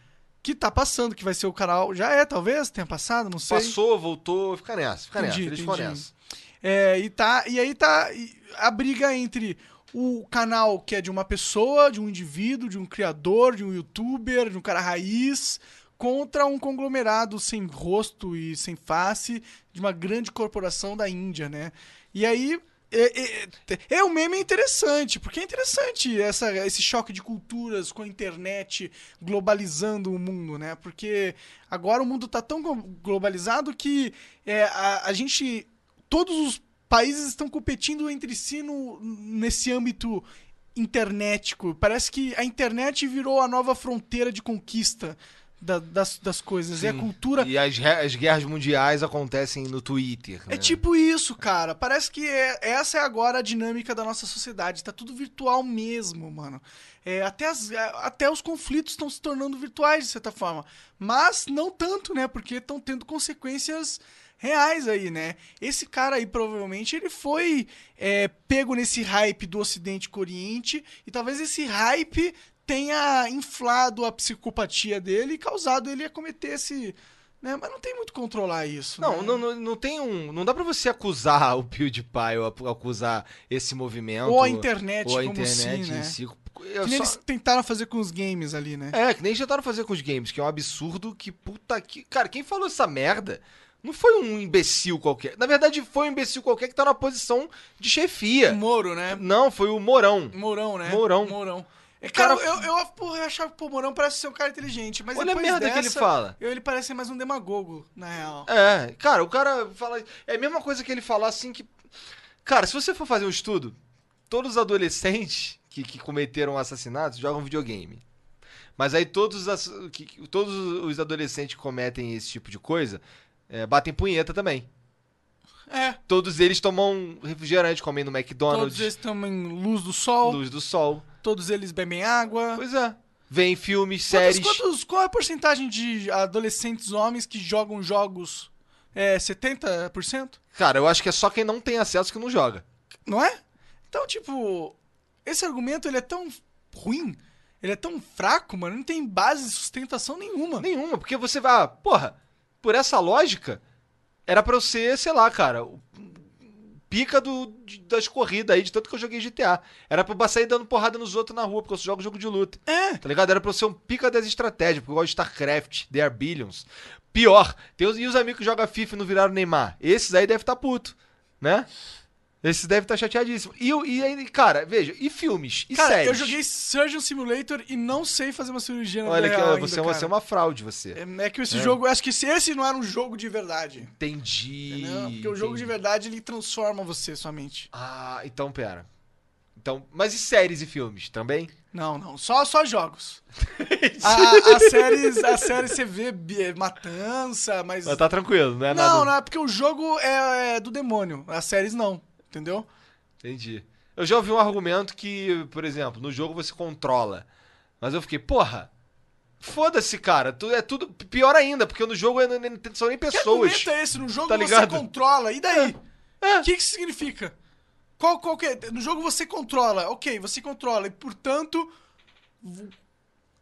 que tá passando, que vai ser o canal, já é talvez, tenha passado, não sei. Passou, voltou, fica nessa, fica nessa. Entendi, Eles ficam entendi. nessa. É, e, tá, e aí tá e a briga entre o canal que é de uma pessoa, de um indivíduo, de um criador, de um youtuber, de um cara raiz, contra um conglomerado sem rosto e sem face de uma grande corporação da Índia, né? E aí. É, é, é um meme interessante, porque é interessante essa, esse choque de culturas com a internet globalizando o mundo, né? Porque agora o mundo tá tão glo- globalizado que é, a, a gente todos os países estão competindo entre si no- nesse âmbito internetico. Parece que a internet virou a nova fronteira de conquista da- das, das coisas. E a Sim. cultura E as, re- as guerras mundiais acontecem no Twitter. é né? tipo isso, cara. Parece que é- essa é agora a dinâmica da nossa sociedade. Tá tudo virtual mesmo, mano. É, até, as- é, até os conflitos estão se tornando virtuais, de certa forma. Mas não tanto, né? Porque estão tendo consequências reais aí, né? Esse cara aí, provavelmente, ele foi é, pego nesse hype do Ocidente com o Oriente. E talvez esse hype tenha inflado a psicopatia dele e causado ele a cometer esse... Né? Mas não tem muito controlar isso, Não, né? não, não, não tem um. Não dá pra você acusar o PewDiePie ou apu- acusar esse movimento. Ou a internet, ou a como internet sim, né? em si. Que Eu nem só- eles tentaram fazer com os games ali, né? É, que nem tentaram fazer com os games, que é um absurdo que puta que. Cara, quem falou essa merda não foi um imbecil qualquer. Na verdade, foi um imbecil qualquer que tá na posição de O chefia. Moro, né? Não, foi o Mourão. Mourão, né? Mourão. Mourão. É, O cara, cara- eu, eu, porra, eu achava que pô, o Mourão parece ser um cara inteligente, mas Olha a depois merda dessa, que ele fala. eu- ele parece ser mais um demagogo, na real. É, cara, o cara fala. É a mesma coisa que ele falar assim que. Cara, se você for fazer um estudo, todos os adolescentes que, que cometeram assassinatos jogam videogame. Mas aí todos, as- que- que- todos os adolescentes que cometem esse tipo de coisa é, batem punheta também. É, Todos eles tomam um refrigerante, comem no todos McDonald's, eles tomam luz do sol, luz do sol. todos eles bebem água. Pois é. Vêm filmes, Quantos, séries. quantos, qual é a porcentagem de adolescentes homens que jogam jogos? É, 70%? Cara, eu acho que é só quem não tem acesso que não joga. Não é? Então, tipo, esse argumento ele é tão ruim, ele é tão fraco, mano, não tem base de sustentação nenhuma. Nenhuma, porque você vai, ah, porra, por essa lógica, era pra eu ser, sei lá, cara, o pica do, de- das corridas aí, de tanto que eu joguei GTA. Era pra eu sair dando porrada nos outros na rua, porque eu só jogo jogo de luta. É, Tá ligado? Era pra eu ser um pica das estratégias, porque eu gosto de StarCraft, The Are Billions. Pior, tem os, e os amigos que jogam FIFA e não viraram Neymar? Esses aí devem estar puto, tá né? Esse deve estar chateadíssimo. E, o- e aí, cara, veja, e filmes? E cara, séries? eu joguei Surgeon Simulator e não sei fazer uma cirurgia na Olha, vida que, real você, é ainda, uma- cara. você é uma fraude, você. É é que esse jogo, acho que esse- esse não era um jogo de verdade. Entendi. Não, porque o jogo de entendi. verdade ele transforma você somente. Ah, então pera. Então, mas e séries e filmes também? Não, não, só, só jogos. a, a, séries, a série você vê bi- matança, mas. Mas tá tranquilo, não é nada. não, não, é porque o jogo é, é do demônio. As séries não, entendeu? Entendi. Eu já ouvi um argumento que, por exemplo, no jogo você controla. Mas eu fiquei, porra, foda-se, cara. Tu, é tudo pior ainda, porque no jogo eu não- nem- são nem Que pessoas. argumento é esse? No jogo tá você ligado? É, controla, e daí? O que, que isso significa? Qual, qual que é? No jogo você controla, ok, você controla, e portanto. v-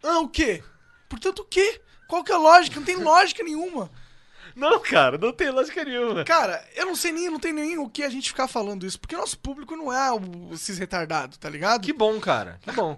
Ah, o quê? Portanto, o quê? Qual que é a lógica? Não tem lógica nenhuma. Não, cara, não tem lógica nenhuma. Cara, eu não sei nem, não tem nem o que a gente ficar falando isso, porque nosso público não é o- esses retardados, tá ligado? Que bom, cara. Que bom.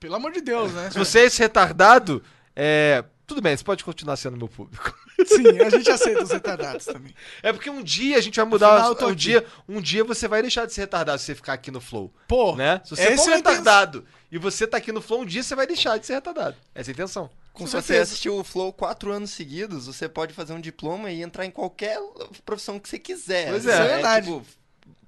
Pelo amor de Deus, né? Se você é esse retardado, é. Tudo bem, você pode continuar sendo meu público. Sim, a gente aceita os retardados também. É porque um dia a gente vai mudar. Afinal, eu tô um, aqui. dia, um dia você vai deixar de ser retardado se você ficar aqui no Flow. Pô, né? Se você esse for eu tenho- retardado e você tá aqui no Flow, um dia você vai deixar de ser retardado. Essa é a intenção. Com Com Se você certeza. assistiu o Flow quatro anos seguidos, você pode fazer um diploma e entrar em qualquer profissão que você quiser. Pois é. Isso É verdade. tipo,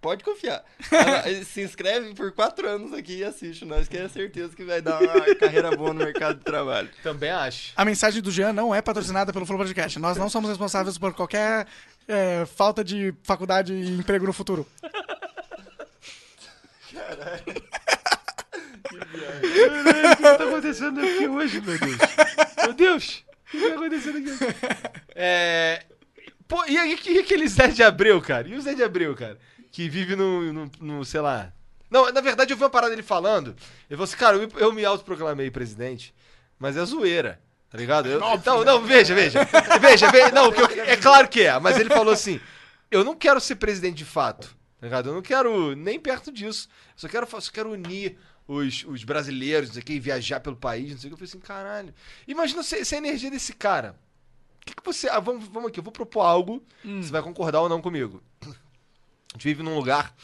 pode confiar. Ah, Se inscreve por quatro anos aqui e assiste nós, que é certeza que vai dar uma carreira boa no mercado de trabalho. Também acho. A mensagem do Jean não é patrocinada pelo Flow Podcast. Nós não somos responsáveis por qualquer é, falta de faculdade e emprego no futuro. O que tá acontecendo aqui hoje, meu Deus? Meu Deus! O que tá acontecendo aqui? É. Pô, e, aí, que- e aquele Zé de Abreu, cara? E o Zé de Abreu, cara? Que vive no, no, no, sei lá. Não, na verdade eu vi uma parada dele falando. Eu falei assim, cara, eu me, eu me autoproclamei presidente, mas é zoeira. Tá ligado? Eu- não, não, veja, veja. Veja, veja. Não, o que eu- é claro que é, mas ele falou assim: eu não quero ser presidente de fato. Tá ligado? Eu não quero nem perto disso. Eu só quero, fa- só quero unir os, os brasileiros, não sei o que, e viajar pelo país, não sei o que. Eu falei assim, caralho. Imagina se, se a energia desse cara. O que, que você. Ah, vamos, vamos aqui, eu vou propor algo. Você vai concordar ou não comigo. A gente vive num lugar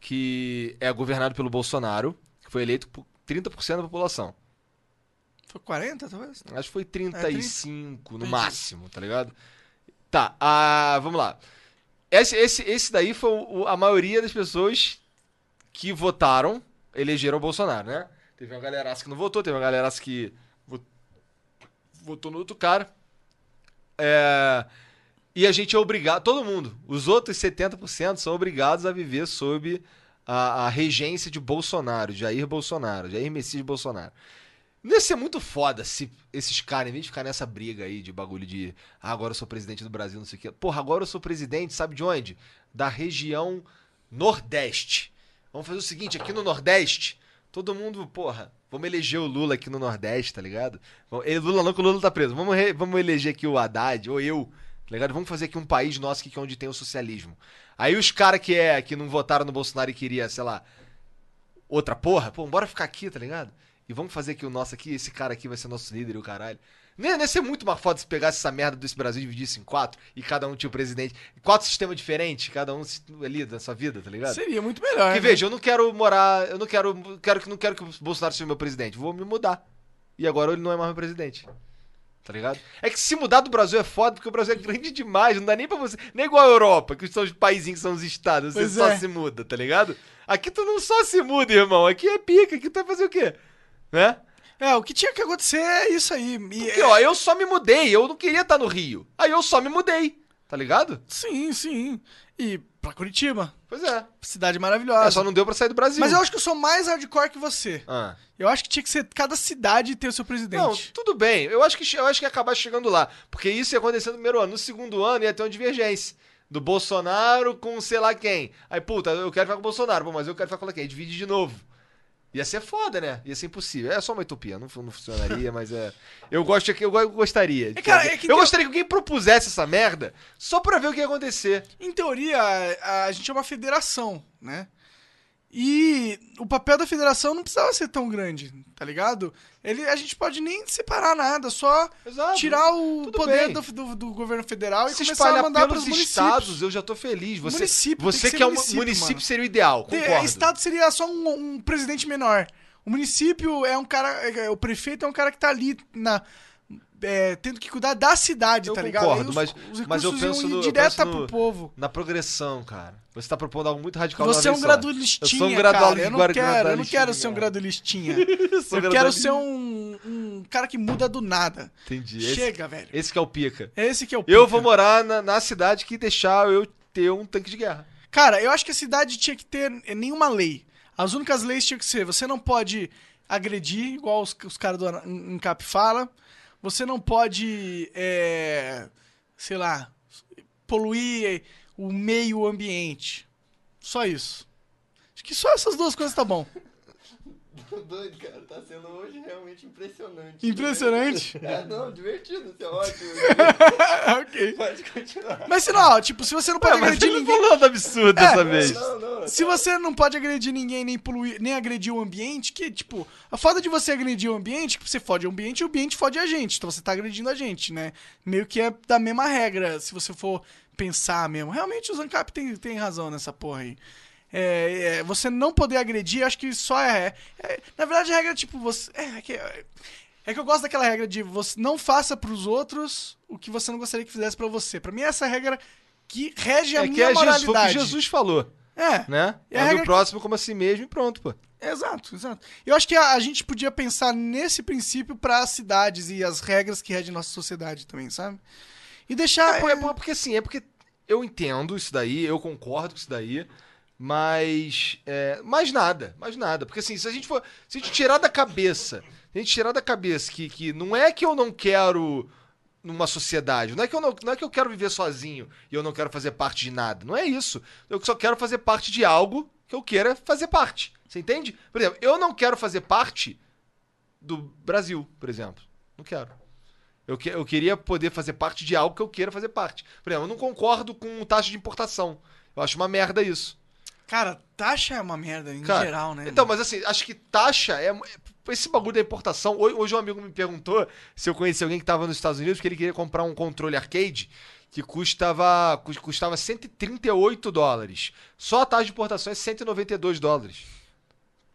que é governado pelo Bolsonaro, que foi eleito por 30% da população. Foi 40, talvez? Acho que foi 35 no Entendi. máximo, tá ligado? Tá, ah, vamos lá. Esse, esse, esse daí foi o- a maioria das pessoas que votaram, elegeram o Bolsonaro, né? Teve uma galeraça que não votou, teve uma galeraça que vo- votou no outro cara. É, e a gente é obrigado, todo mundo, os outros 70% são obrigados a viver sob a, a regência de Bolsonaro, Jair Bolsonaro, Jair Messias Bolsonaro. Não ia ser muito foda se esses caras, em vez de ficar nessa briga aí de bagulho de ah, agora eu sou presidente do Brasil, não sei o quê. Porra, agora eu sou presidente, sabe de onde? Da região Nordeste. Vamos fazer o seguinte, aqui no Nordeste, todo mundo, porra, vamos eleger o Lula aqui no Nordeste, tá ligado? Vamos- ele- Lula não, que o Lula tá preso. Vamos, re- vamos eleger aqui o Haddad, ou eu, tá ligado? Vamos fazer aqui um país nosso aqui que é onde tem o socialismo. Aí os caras que, é, que não votaram no Bolsonaro e queria, sei lá, outra porra, pô, bora ficar aqui, tá ligado? E vamos fazer aqui o nosso aqui, esse cara aqui vai ser nosso líder e o caralho. Não ia, não ia ser muito mais foda se pegasse essa merda desse Brasil e dividisse em quatro e cada um tinha o presidente. Quatro sistemas diferentes, cada um se- ali da sua vida, tá ligado? Seria muito melhor. Porque né? veja, eu não quero morar, eu não quero, quero que não quero que o Bolsonaro seja meu presidente. Vou me mudar. E agora ele não é mais meu presidente. Tá ligado? É que se mudar do Brasil é foda, porque o Brasil é grande demais, não dá nem pra você. Não é igual a Europa, que são os paizinhos que são os estados, você Pois só é. se muda, tá ligado? Aqui tu não só se muda, irmão. Aqui é pica, aqui tu vai fazer o quê? Né? É, o que tinha que acontecer é isso aí. E Porque, é- ó, eu só me mudei, eu não queria estar no Rio. Aí eu só me mudei, tá ligado? Sim, sim. E pra Curitiba, Pois é. cidade é maravilhosa. só não deu pra sair do Brasil. Mas eu acho que eu sou mais hardcore que você. Ah. Eu acho que tinha que ser cada cidade ter o seu presidente. Não, tudo bem. Eu acho que che- eu acho que ia acabar chegando lá. Porque isso ia acontecer no primeiro ano. No segundo ano ia ter uma divergência. Do Bolsonaro com sei lá quem. Aí, puta, eu quero ficar com o Bolsonaro, pô, mas eu quero ficar com ela quem? Divide de novo. Ia ser foda, né? Ia ser impossível. É só uma utopia, não, fu- não funcionaria, mas é. Eu gosto que eu go- eu gostaria. de É, cara, fazer. é que eu tem- gostaria que alguém propusesse essa merda só pra ver o que ia acontecer. Em teoria, a, a gente é uma federação, né? E o papel da federação não precisava ser tão grande, tá ligado? Ele, a gente pode nem separar nada, só Exato. tirar o Ah, tudo poder bem. do, do- do governo federal e se começar a espalhar mandar para pelos os municípios. estados, eu já tô feliz. Você, Município, tem você que, que ser é um município, município, mano. seria o ideal, Te- concordo. É, Estado seria só um, um presidente menor. O município é um cara. é- é- o prefeito é um cara que tá ali na. é, tendo que cuidar da cidade, Eu tá ligado? concordo, Aí os- mas- os mas eu recursos penso iam no- ir eu direto penso no- pro povo. Na progressão, cara. Você tá propondo algo muito radical Você é na um versão. gradulistinha, Eu sou um cara. graduali- Eu não guar- quero, eu não gradualistinha, quero ser um cara. gradulistinha. Sou eu quero graduali- ser um, um cara que muda do nada. Entendi. Esse, Chega, velho. esse que é o pica. É esse que é o Eu pica. vou morar na, na cidade que deixar eu ter um tanque de guerra. Cara, eu acho que a cidade tinha que ter nenhuma lei. As únicas leis tinham que ser: você não pode agredir, igual os, os caras do Ana- Encap fala. Você não pode, é, sei lá, poluir o meio ambiente. Só isso. Acho que só essas duas coisas tá bom. Tô doido, cara. Tá sendo hoje realmente impressionante. Impressionante. É, não, divertido, isso é ótimo. ok. Pode continuar. Mas se não, tipo, se você não pode agredir ninguém. nada absurdo dessa vez. Não, não. Se você não pode agredir ninguém, nem poluir, nem agredir o ambiente, que, tipo, a foda de você agredir o ambiente, é que você fode o ambiente e o ambiente fode a gente. Então você tá agredindo a gente, né? Meio que é da mesma regra, se você for pensar mesmo. Realmente o Zancap tem, tem razão nessa porra aí. É, é, você não poder agredir, acho que só é. é- na verdade, a regra é tipo, você. É, é que, é que eu gosto daquela regra de você não faça pros outros o que você não gostaria que fizesse pra você. Pra mim, essa é a regra que rege a É que minha é Jesus, foi o que moralidade. Jesus falou, É. né? É a É regra o próximo como a si mesmo e pronto, pô. Exato, exato. Eu acho que a, a gente podia pensar nesse princípio para as cidades e as regras que regem nossa sociedade também, sabe? E deixar. É, pô, é pô, porque assim, é porque eu entendo isso daí, eu concordo com isso daí, mas é, mais nada, mais nada. Porque assim, se a gente for, se a gente tirar da cabeça, se a gente tirar da cabeça que, que não é que eu não quero numa sociedade, não é que eu não, não é que eu quero viver sozinho e eu não quero fazer parte de nada, não é isso. Eu só quero fazer parte de algo que eu queira fazer parte. Você entende? Por exemplo, eu não quero fazer parte do Brasil, por exemplo. Não quero. Eu, que- eu queria poder fazer parte de algo que eu queira fazer parte. Por exemplo, eu não concordo com taxa de importação. Eu acho uma merda isso. Cara, taxa é uma merda em Cara, geral, né? Então, mas assim, acho que taxa é. Esse bagulho da importação. ho- Hoje um amigo me perguntou se eu conhecia alguém que tava nos Estados Unidos, porque ele queria comprar um controle arcade que custava, cus- custava 138 dólares. Só a taxa de importação é 192 dólares.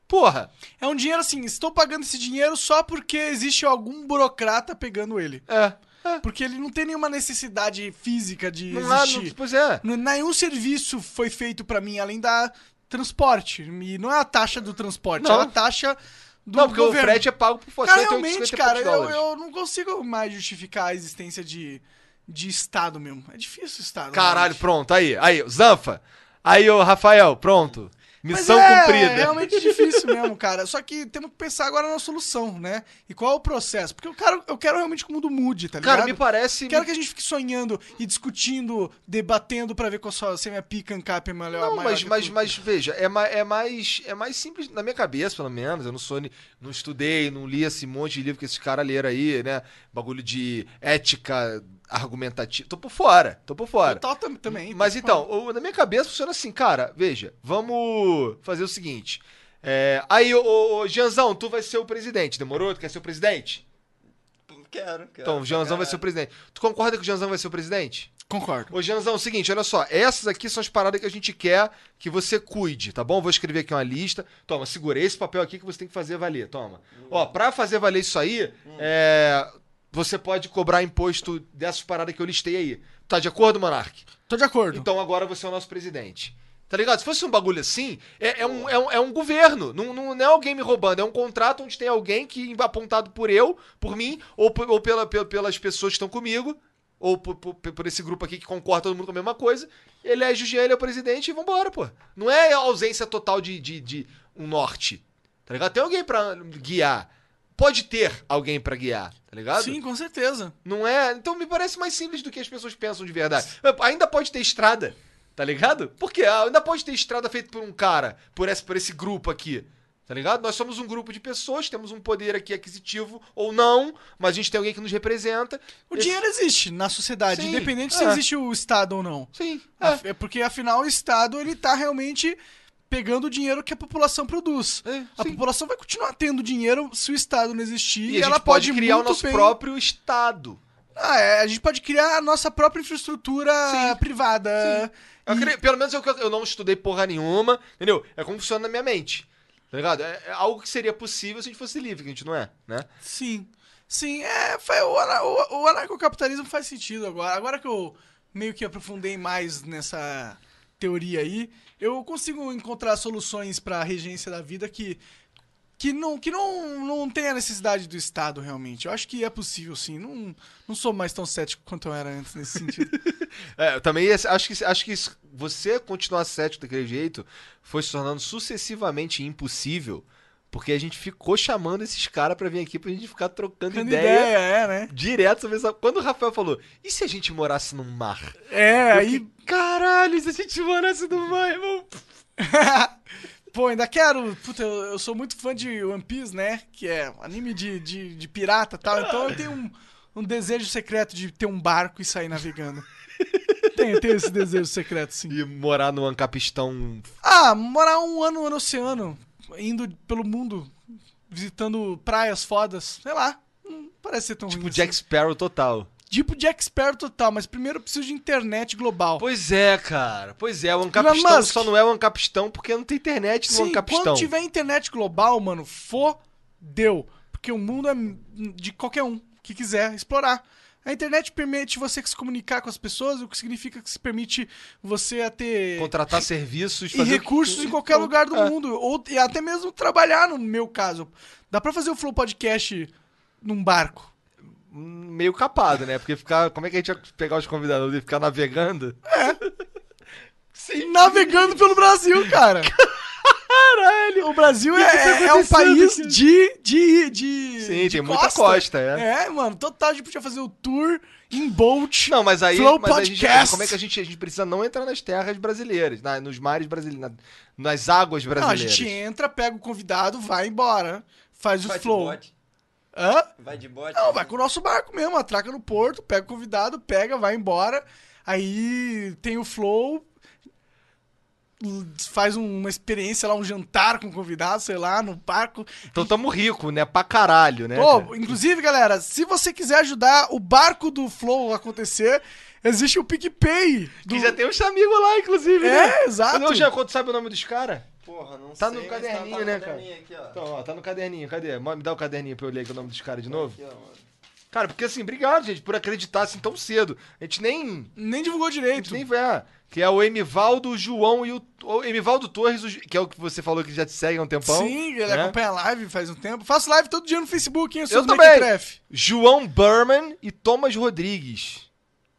Porra! É um dinheiro assim, estou pagando esse dinheiro só porque existe algum burocrata pegando ele. É. Porque ele não tem nenhuma necessidade física de Não há. Não, existir. pois é. N- Nenhum serviço foi feito para mim além da transporte. E não é a taxa do transporte, Não. é a taxa do não, porque governo. o frete é pago por você. Cara, eu tenho realmente, 50 e cara, poucos eu, dólares. eu não consigo mais justificar a existência de, de Estado mesmo. É difícil o Estado. Caralho, realmente. pronto, aí, aí, Zanfa. Aí, ô Rafael, pronto. Mas Missão é cumprida. realmente difícil mesmo, cara. Só que temos que pensar agora na solução, né? E qual é o processo? Porque eu quero, eu quero realmente que o mundo mude, tá ligado? Cara, me parece. Quero que a gente fique sonhando e discutindo, debatendo pra ver qual só, se a minha pica ancap é melhor. Não, maior mas, que mas, tudo. mas veja, é, ma- é mais é mais simples, na minha cabeça, pelo menos. Eu não sou. ni- Não estudei, não li esse monte de livro que esses caras leram aí, né? Bagulho de ética argumentativa. Tô por fora, tô por fora. Total tam- também. Mas tá então, o- na minha cabeça funciona assim, cara, veja, vamos fazer o seguinte. É, aí, ô, ô, ô, Janzão, tu vai ser o presidente, demorou? Tu quer ser o presidente? Quero, quero. Então, o Janzão vai ser o presidente. Tu concorda que o Janzão vai ser o presidente? Concordo. Ô, Janzão, é o seguinte, olha só. Essas aqui são as paradas que a gente quer que você cuide, tá bom? Vou escrever aqui uma lista. Toma, segura esse papel aqui que você tem que fazer valer. Toma. Ó, pra fazer valer isso aí, é, você pode cobrar imposto dessas paradas que eu listei aí. Tá de acordo, Monark? Tô de acordo. Então agora você é o nosso presidente. Tá ligado? Se fosse um bagulho assim, é, é um, é, um, é um governo. Não, não, não é alguém me roubando. É um contrato onde tem alguém que apontado por eu, por mim, ou, por- ou pela, pe- pelas pessoas que estão comigo, ou por, por- por esse grupo aqui que concorda todo mundo com a mesma coisa. Ele é Julian, ele é o presidente e vambora, pô. Não é a ausência total de, de, de um norte. Tá ligado? Tem alguém pra guiar. Pode ter alguém pra guiar, tá ligado? Sim, com certeza. Não é? Então me parece mais simples do que as pessoas pensam de verdade. Ainda pode ter estrada, tá ligado? Porque ainda pode ter estrada feita por um cara, por esse, por esse grupo aqui. Tá ligado? Nós somos um grupo de pessoas, temos um poder aqui aquisitivo ou não, mas a gente tem alguém que nos representa. O Esse- dinheiro existe na sociedade, Sim, independente se é. existe é o Estado ou não. Sim. Af- É porque, afinal, o Estado ele tá realmente pegando o dinheiro que a população produz. É, A sim. população vai continuar tendo dinheiro se o Estado não existir. E, E, a gente ela pode, pode criar o muito nosso bem- próprio Estado. Ah, é, a gente pode criar a nossa própria infraestrutura Sim. privada. Eu E- acredito- pelo menos é o que eu, eu não estudei porra nenhuma, entendeu? É como funciona na minha mente. Tá ligado? É, é algo que seria possível se a gente fosse livre, que a gente não é, né? Sim. Sim, é, foi- o, ana- o, o anarcocapitalismo faz sentido agora. Agora que eu meio que aprofundei mais nessa teoria aí, eu consigo encontrar soluções para a regência da vida que que não que não, não tem a necessidade do Estado realmente. Eu acho que é possível sim. Não, não sou mais tão cético quanto eu era antes nesse sentido. É, eu também acho que, acho que isso- você continuar cético daquele jeito foi se tornando sucessivamente impossível, porque a gente ficou chamando esses caras pra vir aqui pra gente ficar trocando Tendo ideia, ideia, é, né? direto sobre essa. Quando o Rafael falou, e se a gente morasse num mar? É, Eu aí fiquei, Caralho, se a gente morasse num mar, irmão. Pô, ainda quero. Puta, eu, eu sou muito fã de One Piece, né? Que é anime de, de, de pirata e tal. Então eu tenho um, um desejo secreto de ter um barco e sair navegando. Tenho, tenho esse desejo secreto, sim. E morar num ancapistão Ah, morar um ano no oceano, indo pelo mundo, visitando praias fodas, sei lá. Não parece ser tão tipo ruim. Jack assim. Sparrow total. Tipo Jack Sparrow total, mas primeiro eu preciso de internet global. Pois é, cara. Pois é, o Ancapistão Musk. só não é o Ancapistão porque não tem internet no Sim, Ancapistão. Tipo, quando tiver internet global, mano, fodeu. Porque o mundo é de qualquer um que quiser explorar. A internet permite você se comunicar com as pessoas, o que significa que se permite você a ter Contratar serviços, e fazer o que- recursos em qualquer lugar do É. mundo. Ou, e até mesmo trabalhar, no meu caso. Dá pra fazer o Flow Podcast num barco. meio capado, né? Porque ficar. Como é que a gente ia pegar os convidados e ficar navegando? Sim. Navegando pelo Brasil, cara. Caralho! O Brasil que tá é, é um acontecendo país aqui? de, de, de. Sim, de tem muita costa, é. É, mano, total, a gente podia fazer o tour em Bolt. Não, mas aí. Flow mas a gente- Podcast. como é que a gente, a gente precisa não entrar nas terras brasileiras, na- nos mares brasileiros, na- nas águas Não, a brasileiras? gente entra, pega o convidado, vai embora. Faz o Vai de flow. bote. Hã? Vai de bote. Não, vai com o nosso barco mesmo, atraca no porto, pega o convidado, pega, vai embora. Aí tem o flow, l- faz um- uma experiência lá, um jantar com o convidado, sei lá, no barco. Então tamo rico, né? Pra caralho, né? cara? Pô, inclusive, galera, se você quiser ajudar o barco do flow a acontecer, existe o PicPay. Do... Que já tem uns amigos lá, inclusive. né? É, exato. Não, já quando sabe o nome dos caras? Porra, não Tá sei, no mas caderninho, tá no né, caderninho Aqui, ó. Então, ó, tá no caderninho, cadê? Mo- Me dá o caderninho pra eu ler aqui o nome dos caras de novo. Aqui, ó, mano. Cara, porque assim, obrigado, gente, por acreditar assim tão cedo. A gente nem. Nem divulgou A gente direito. nem vê. ah, Que é o Emivaldo, o João e o. o Emivaldo Torres, o Ju- que é o que você falou que já te segue há um tempão. Sim, ele né? acompanha a live faz um tempo. Faço live todo dia no Facebook, hein? Eu sou Eu do também. Mequetref. João Berman e Thomas Rodrigues.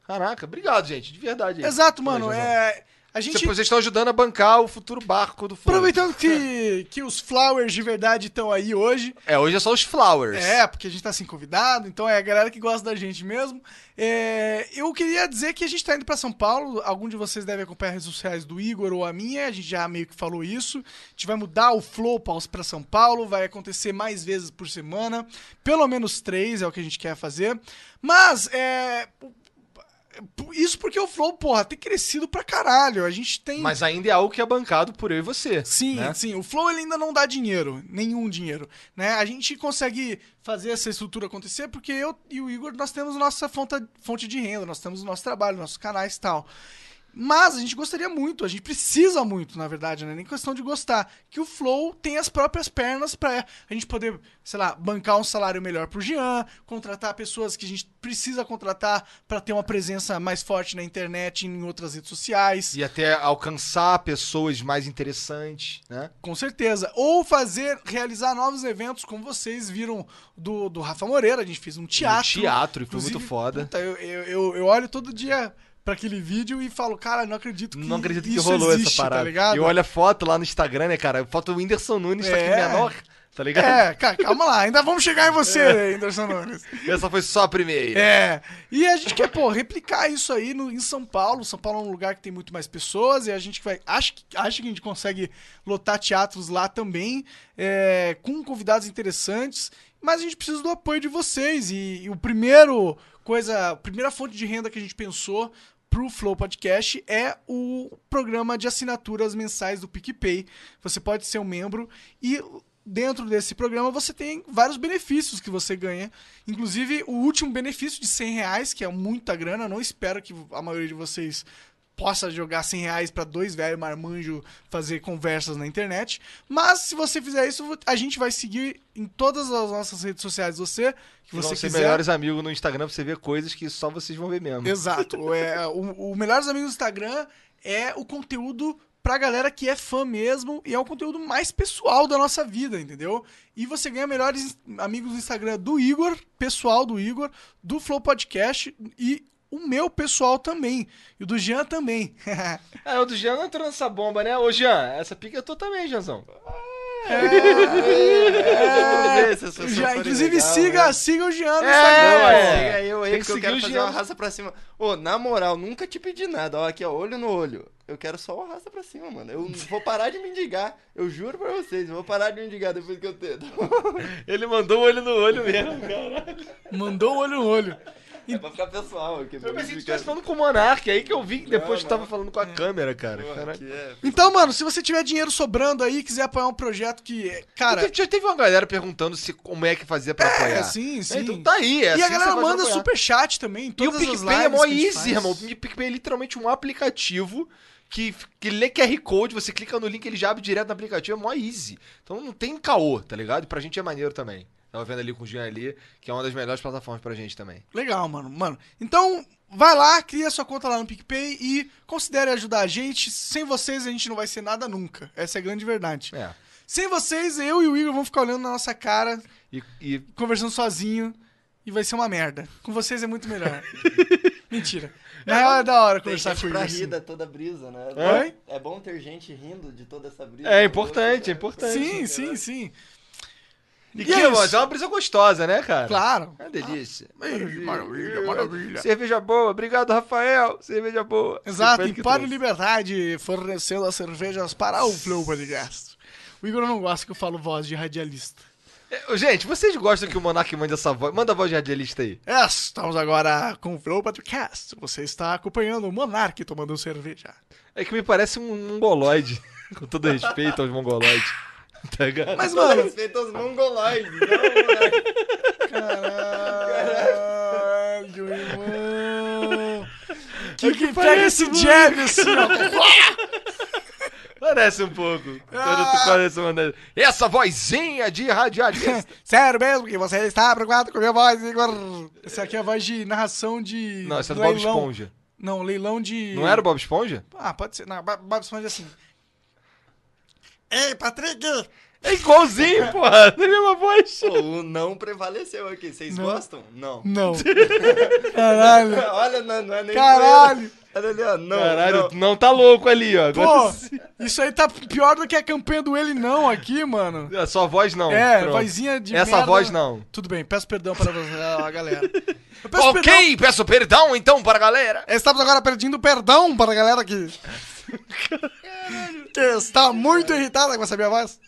Caraca, obrigado, gente, de verdade. gente. Exato, mano. Thomas, É, a gente. Vocês estão ajudando a bancar o futuro barco do Flow. Aproveitando que, que os flowers de verdade estão aí hoje. É, hoje é só os Flowers. É, porque a gente tá sem convidado, então é a galera que gosta da gente mesmo. É, eu queria dizer que a gente tá indo pra São Paulo. Algum de vocês deve acompanhar as redes sociais do Igor ou a minha, a gente já meio que falou isso. A gente vai mudar o flow paus pra São Paulo, vai acontecer mais vezes por semana, pelo menos três é o que a gente quer fazer. Mas, é. Isso porque o Flow, porra, tem crescido pra caralho. A gente tem. Mas ainda é algo que é bancado por eu e você. Sim, né? sim. O Flow ele ainda não dá dinheiro, nenhum dinheiro, né? A gente consegue fazer essa estrutura acontecer porque eu e o Igor nós temos nossa fonte, fonte de renda, nós temos o nosso trabalho, nossos canais e tal. Mas a gente gostaria muito, a gente precisa muito, na verdade, né? Nem questão de gostar. Que o Flow tem as próprias pernas pra a gente poder, sei lá, bancar um salário melhor pro Jean, contratar pessoas que a gente precisa contratar pra ter uma presença mais forte na internet, e em outras redes sociais. E até alcançar pessoas mais interessantes, né? Com certeza. Ou fazer, realizar novos eventos, como vocês viram do, do Rafa Moreira. A gente fez um teatro. No teatro, e foi Inclusive, muito foda. puta, eu, eu, eu, eu olho todo dia pra aquele vídeo e falo, cara, não acredito que Não acredito que isso rolou existe, essa parada. Tá ligado? eu olho a foto lá no Instagram, né, cara? A foto do Whindersson Nunes, tá aqui É. menor, tá ligado? É, cara, calma lá. Ainda vamos chegar em você, Anderson Nunes. Essa foi só a primeira. É. E a gente quer, pô, replicar isso aí no, em São Paulo. São Paulo é um lugar que tem muito mais pessoas e a gente vai. Acho que, acho que a gente consegue lotar teatros lá também, é, com convidados interessantes. Mas a gente precisa do apoio de vocês. E, e o primeiro coisa, a primeira fonte de renda que a gente pensou pro Flow Podcast é o programa de assinaturas mensais do PicPay. Você pode ser um membro e dentro desse programa você tem vários benefícios que você ganha. Inclusive o último benefício de 100 reais, que é muita grana. Eu Não espero que a maioria de vocês possa jogar 100 reais pra dois velhos marmanjo fazer conversas na internet. Mas se você fizer isso, a gente vai seguir em todas as nossas redes sociais você, que Vão você ser quiser. melhores amigos no Instagram pra você ver coisas que só vocês vão ver mesmo. Exato. É, o, o Melhores Amigos do Instagram é o conteúdo pra galera que é fã mesmo e é o conteúdo mais pessoal da nossa vida, entendeu? E você ganha melhores amigos do Instagram do Igor, pessoal do Igor, do Flow Podcast e o meu pessoal também. E o do Jean também. É, Ah, o do Jean não entrou nessa bomba, né? Ô, Jean, essa pica eu tô também, Jeanzão. É, essa sua Já, safada é inclusive, legal, siga, né? siga o Jean no É, Instagram. ué. Boa, siga eu aí, Tem que seguir porque eu o quero fazer Jean. uma raça pra cima. Ô, na moral, nunca te pedi nada. Ó, aqui, ó, olho no olho. Eu quero só uma raça pra cima, mano. Eu vou parar de mendigar. Eu juro pra vocês, eu vou parar de mendigar depois que eu tento. Ele mandou o olho no olho mesmo, cara. Mandou o olho no olho. é pra ficar pessoal aqui. pra Eu pensei que tu mendigar. estivesse falando com o Monark, aí que eu vi que depois Não, tu tava não. falando com É. a câmera, cara. Porra, Caraca. que é. Então, mano, se você tiver dinheiro sobrando aí e quiser apoiar um projeto que, cara, Porque Já teve uma galera perguntando se, como é que fazia pra apoiar. é, sim, sim. É, então tá aí, é e assim a que galera você faz pra manda apoiar. super chat também. em E o Todas as PicPay é lives mó que a gente easy, faz. irmão. O PicPay é literalmente um aplicativo que, que lê QR Code, você clica no link, ele já abre direto no aplicativo, é mó easy. Então não tem caô, tá ligado? E pra gente é maneiro também. Tava vendo ali com o Jean ali, que é uma das melhores plataformas pra gente também. Legal, mano. Mano, então vai lá, cria sua conta lá no PicPay e considere ajudar a gente. Sem vocês a gente não vai ser nada nunca. Essa é a grande verdade. É. Sem vocês, eu e o Igor vão ficar olhando na nossa cara, E, e conversando sozinho e vai ser uma merda. Com vocês é muito melhor. Mentira. Na real é da hora Tem conversar gente com o pra Igor. rir assim. da toda brisa, né? Oi? É bom ter gente rindo de toda essa brisa. né? É importante, é importante. Sim, sim, sim. E, E que, é mano, isso. é uma brisa gostosa, né, cara? Claro. É uma delícia. Ih, maravilha, maravilha. Cerveja boa, obrigado, Rafael. Cerveja boa. Exato, Sempre que Empório trouxe. Liberdade fornecendo as cervejas para o Flow Podcast. O Igor não gosta que eu falo voz de radialista. É, Gente, vocês gostam que o Monark mande essa voz? Manda a voz de radialista aí. É, estamos agora com o Flow Podcast. Você está acompanhando o Monark tomando cerveja. É que me parece um mongoloide. Com todo respeito aos mongoloides. Tá ligado? Mas, Mano, mano, respeito aos mongoloides. Não, é moleque. caralho, irmão. Que, que pega parece, esse jab assim, ó. Parece um pouco. Quando Ah! tu parece mandando. é, Essa vozinha de radialista. Sério mesmo que você está preocupado com a minha voz, Igor? Essa aqui é a voz de narração de. Não, essa é do Bob leilão. Esponja. Não, leilão de. Não era o Bob Esponja? Ah, pode ser. Não, Ba- Bob Esponja é assim. Ei, Patrick! É igualzinho, porra. Tem a mesma voz. Pô, o não prevaleceu aqui. Vocês gostam? Não. Não. Caralho. Olha, não, não é nem Caralho. zoeira. Olha ali, ó. Não, Caralho, não. não. tá louco ali, ó. Pô, Agora isso aí tá pior do que a campanha do Ele Não aqui, mano. tu- A sua voz não. É, Pronto. vozinha de Essa merda. né? voz não. Tudo bem, peço perdão para você, a galera. Eu peço Ok, perdão. peço perdão então para a galera. Estamos agora pedindo perdão para a galera que... que está muito irritada com essa minha voz.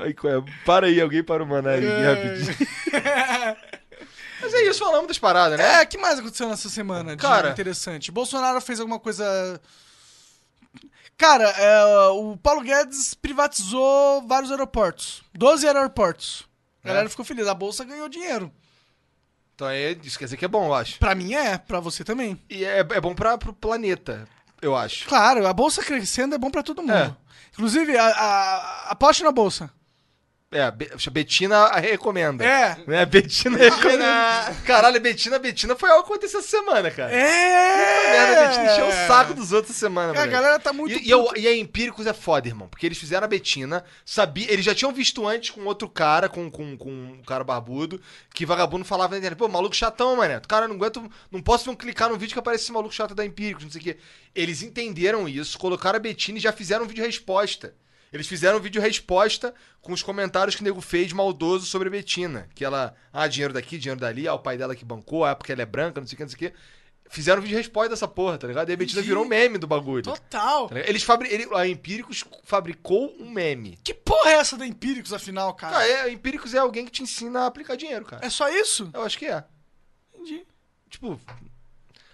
Ai, qual é? Para aí, alguém para o Maná aí, É. rapidinho. Mas é isso, falamos das paradas, né? É, o que mais aconteceu nessa semana de Cara. interessante? Bolsonaro fez alguma coisa. Cara, é, o Paulo Guedes privatizou vários aeroportos 12 aeroportos. A É. galera ficou feliz, a bolsa ganhou dinheiro. Então é, isso quer dizer que é bom, eu acho. Pra mim é, pra você também. E é, é bom para pro planeta, eu acho. Claro, a bolsa crescendo é bom pra todo mundo. É. Inclusive, a, a- aposte na bolsa. É, Be- Betina recomenda. É. Né? Betina recomenda. Caralho, Betina, Betina foi algo que aconteceu essa semana, cara. Puta É. merda, a É! Betina encheu o saco dos outros essa semana, A moleque. galera tá muito. E, e, eu- e a Empíricos é foda, irmão. Porque eles fizeram a Betina, sabia, eles já tinham visto antes com outro cara, com, com, com um cara barbudo, que vagabundo falava na internet, pô, maluco chatão, mané. Cara, eu não aguento, não posso não clicar num vídeo que aparece esse maluco chato da Empíricos, não sei o quê. Eles entenderam isso, colocaram a Betina e já fizeram um vídeo resposta. Eles fizeram um vídeo resposta com os comentários que o nego fez maldoso sobre a Betina. Que ela, ah, dinheiro daqui, dinheiro dali, ah, o pai dela que bancou, ah, porque ela é branca, não sei o que, não sei o que. Fizeram um vídeo resposta dessa porra, tá ligado? E a Betina Entendi. virou um meme do bagulho. Total. Tá ligado? Eles fabri ele, a Empíricos fabricou um meme. Que porra é essa da Empíricos, afinal, cara? Cara, é, a Empíricos é alguém que te ensina a aplicar dinheiro, cara. É só isso? Eu acho que é. Entendi. Tipo,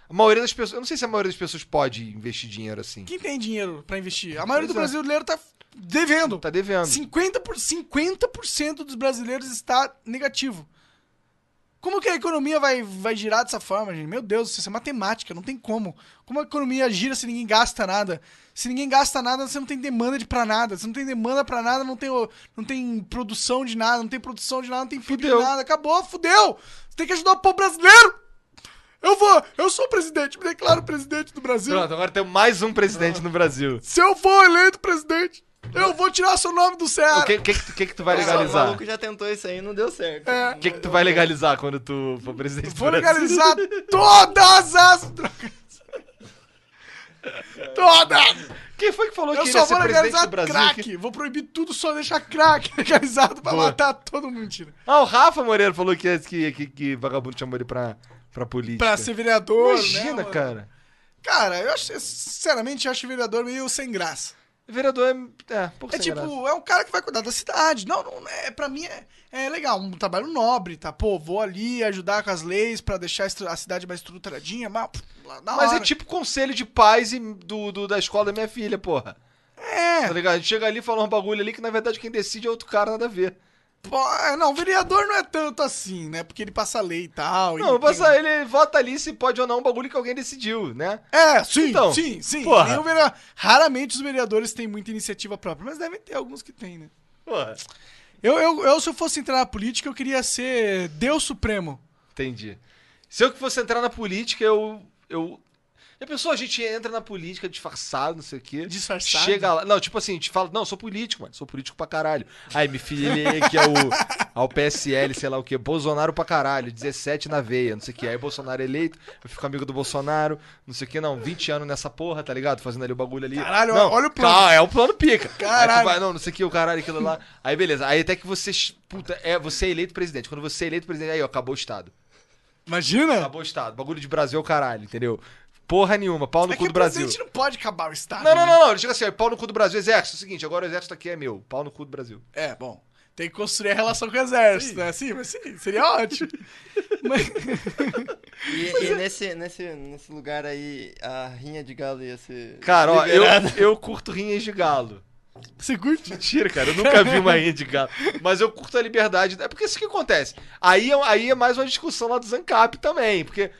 A maioria das pessoas. Eu não sei se a maioria das pessoas pode investir dinheiro assim. Quem tem dinheiro pra investir? A maioria do Pois é. brasileiro tá devendo. Tá devendo. 50%, por, 50 dos brasileiros está negativo. Como que a economia vai, vai girar dessa forma, gente? Meu Deus, isso é matemática, não tem como. Como a economia gira se ninguém gasta nada? Se ninguém gasta nada, você não tem demanda de pra nada. Se não tem demanda pra nada, não tem, o- não tem produção de nada, não tem produção de nada, não tem PIB de Fudeu. nada. Acabou, fudeu! Você tem que ajudar o povo brasileiro! Eu vou, eu sou o presidente, me declaro presidente do Brasil. Pronto, agora tem mais um presidente no Brasil. Se eu for eleito presidente, eu vou tirar seu nome do Ceará. O que, que, que, que, tu vai O legalizar? maluco já tentou isso aí e não deu certo. É. O que, que tu vai legalizar quando tu for presidente do Vou Brasil? legalizar todas as drogas. Todas! Quem foi que falou Eu que só ia né, ser presidente vou do legalizar Brasil? crack. Vou proibir tudo, só deixar crack legalizado pra Boa. matar todo mundo. Mentira. Ah, o Rafa Moreira falou que, que, que, que vagabundo chamou ele pra, pra política. Pra ser vereador, né, Imagina, mano? cara. Cara, eu acho, sinceramente, eu acho vereador meio sem graça. Vereador é. É, pouco É sem tipo, graça. é um cara que vai cuidar da cidade. Não, não é, pra mim é, é legal, um trabalho nobre, tá? Pô, vou ali ajudar com as leis pra deixar a estru- a cidade mais estruturadinha, mas, pff, lá da Mas é hora. tipo conselho de pais e do, do- da escola da minha filha, porra. É, Tá ligado? A gente chega ali e fala um bagulho ali que na verdade quem decide é outro cara, nada a ver. Pô, é, não, vereador não é tanto assim, né? Porque ele passa lei e um tal. Não, ele passa, ele vota ali se pode ou não um bagulho que alguém decidiu, né? tem- É, sim, Então, sim, sim. porra. Nem o vereador- Raramente os vereadores têm muita iniciativa própria, mas devem ter alguns que têm, né? Porra. Eu, eu, eu, se eu fosse entrar na política, eu queria ser Deus Supremo. Entendi. Se eu que fosse entrar na política, eu. eu... Já pensou, a gente entra na política disfarçado, não sei o quê. Disfarçado? Chega lá. Não, tipo assim, te fala, não, sou político, mano. Sou político pra caralho. Aí me é filiei aqui ao, ao PSL, sei lá o quê. Bolsonaro pra caralho, 17 na veia, não sei o quê. Aí Bolsonaro é eleito, eu fico amigo do Bolsonaro, não sei o quê, não. 20 anos nessa porra, tá ligado? Fazendo ali o bagulho ali. Caralho, não, olha o plano. Tá, é o plano pica. Caralho. Aí tu vai, não, não sei o que, o caralho, aquilo lá. Aí beleza. Aí até que você. Puta, é, você é eleito presidente. Quando você é eleito presidente, aí, ó, acabou o Estado. Imagina? Acabou o Estado. Tá Bagulho de Brasil é o caralho, entendeu? Porra nenhuma, pau no é que cu do o Brasil. presidente não pode acabar o Estado. Não, não, né? não, não. Ele chega assim, ó, pau no cu do Brasil, exército. É o seguinte, agora o exército aqui é meu. Pau no cu do Brasil. É, bom. Tem que construir a relação com o exército, né? Sim, mas sim, seria ótimo. Mas- E, e nesse, nesse, nesse lugar aí, a rinha de galo ia ser. Cara, ó, eu, liberada. eu curto rinhas de galo. Você curte? Mentira, cara, eu nunca vi uma rinha de galo. Mas eu curto a liberdade. É porque isso que acontece. Aí, é- aí é mais uma discussão lá do Zancap também, porque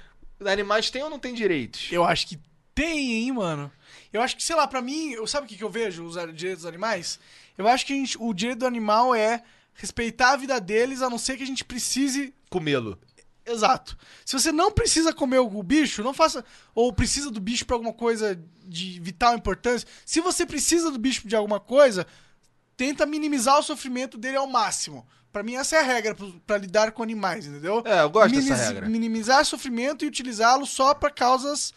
os animais têm ou não têm direitos? Eu acho que tem, hein, mano. Eu acho que, sei lá, pra mim, eu, sabe o que, que eu vejo, os a- direitos dos animais? Eu acho que a gente- o direito do animal é respeitar a vida deles, a não ser que a gente precise. Comê-lo. Exato. Se você não precisa comer o bicho, não faça. Ou precisa do bicho pra alguma coisa de vital importância. Se você precisa do bicho de alguma coisa, tenta minimizar o sofrimento dele ao máximo. Pra mim, essa é a regra pro- pra lidar com animais, entendeu? É, eu gosto dessa minimiz- regra. Minimizar sofrimento e utilizá-lo só pra causas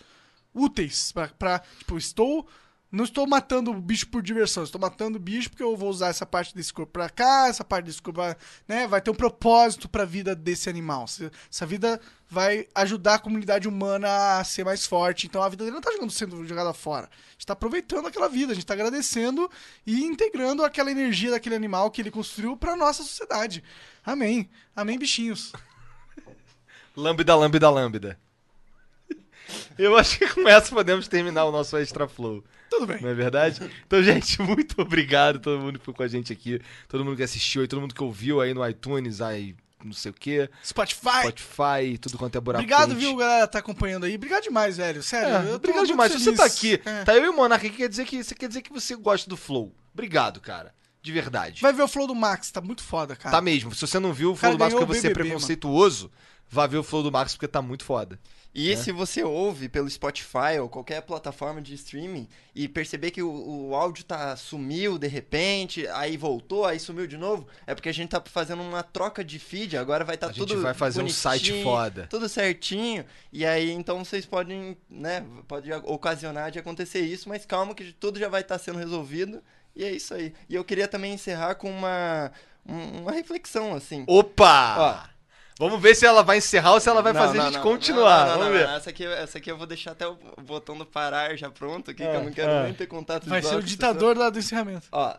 úteis. Pra, pra, tipo, estou. Não estou matando o bicho por diversão, estou matando o bicho porque eu vou usar essa parte desse corpo pra cá, essa parte desse corpo pra, né? Vai ter um propósito pra vida desse animal. Se- Essa vida vai ajudar a comunidade humana a ser mais forte. Então a vida dele não tá jogando- sendo jogada fora. A gente tá aproveitando aquela vida, a gente tá agradecendo e integrando aquela energia daquele animal que ele construiu pra nossa sociedade. Amém. Amém, bichinhos. Lambda, lambda, lambda. Eu acho que com essa podemos terminar o nosso Extra Flow. Tudo bem. Não é verdade? Então, gente, muito obrigado a todo mundo que ficou com a gente aqui, todo mundo que assistiu aí, todo mundo que ouviu aí no iTunes, aí não sei o que, Spotify. Spotify, tudo quanto é buraco. Obrigado, quente. viu, galera, tá acompanhando aí. Obrigado demais, velho. É, Sério. eu tô obrigado muito demais. Se você feliz. tá aqui, É. tá eu e o Monark aqui, quer dizer que você quer dizer que você gosta do Flow. Obrigado, cara. De verdade. Vai ver o flow do Max, tá muito foda, cara. Tá mesmo. Se você não viu o Cara, Flow do Max ganhou porque o você é BBB, preconceituoso, vá ver o Flow do Max porque tá muito foda. E É. se você ouve pelo Spotify ou qualquer plataforma de streaming e perceber que o, o áudio tá, sumiu de repente, aí voltou, aí sumiu de novo, é porque a gente tá fazendo uma troca de feed, agora vai estar A tá gente tudo vai fazer um site bonitinho, foda. Tudo certinho, e aí então vocês podem, né, pode ocasionar de acontecer isso, mas calma que tudo já vai estar sendo resolvido, e é isso aí. E eu queria também encerrar com uma, um- uma reflexão, assim. Opa! Vamos ver se ela vai encerrar ou se ela vai Não, fazer não, a gente não. continuar. Não, não, não, Vamos não, ver. não. Essa, aqui, essa aqui eu vou deixar até o botão do parar já pronto aqui, que Ah, eu não quero ah. nem ter contato É. Vai visual ser o com ditador lá do encerramento. essa- Ó,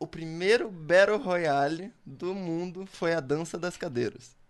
o primeiro Battle Royale do mundo foi a dança das cadeiras.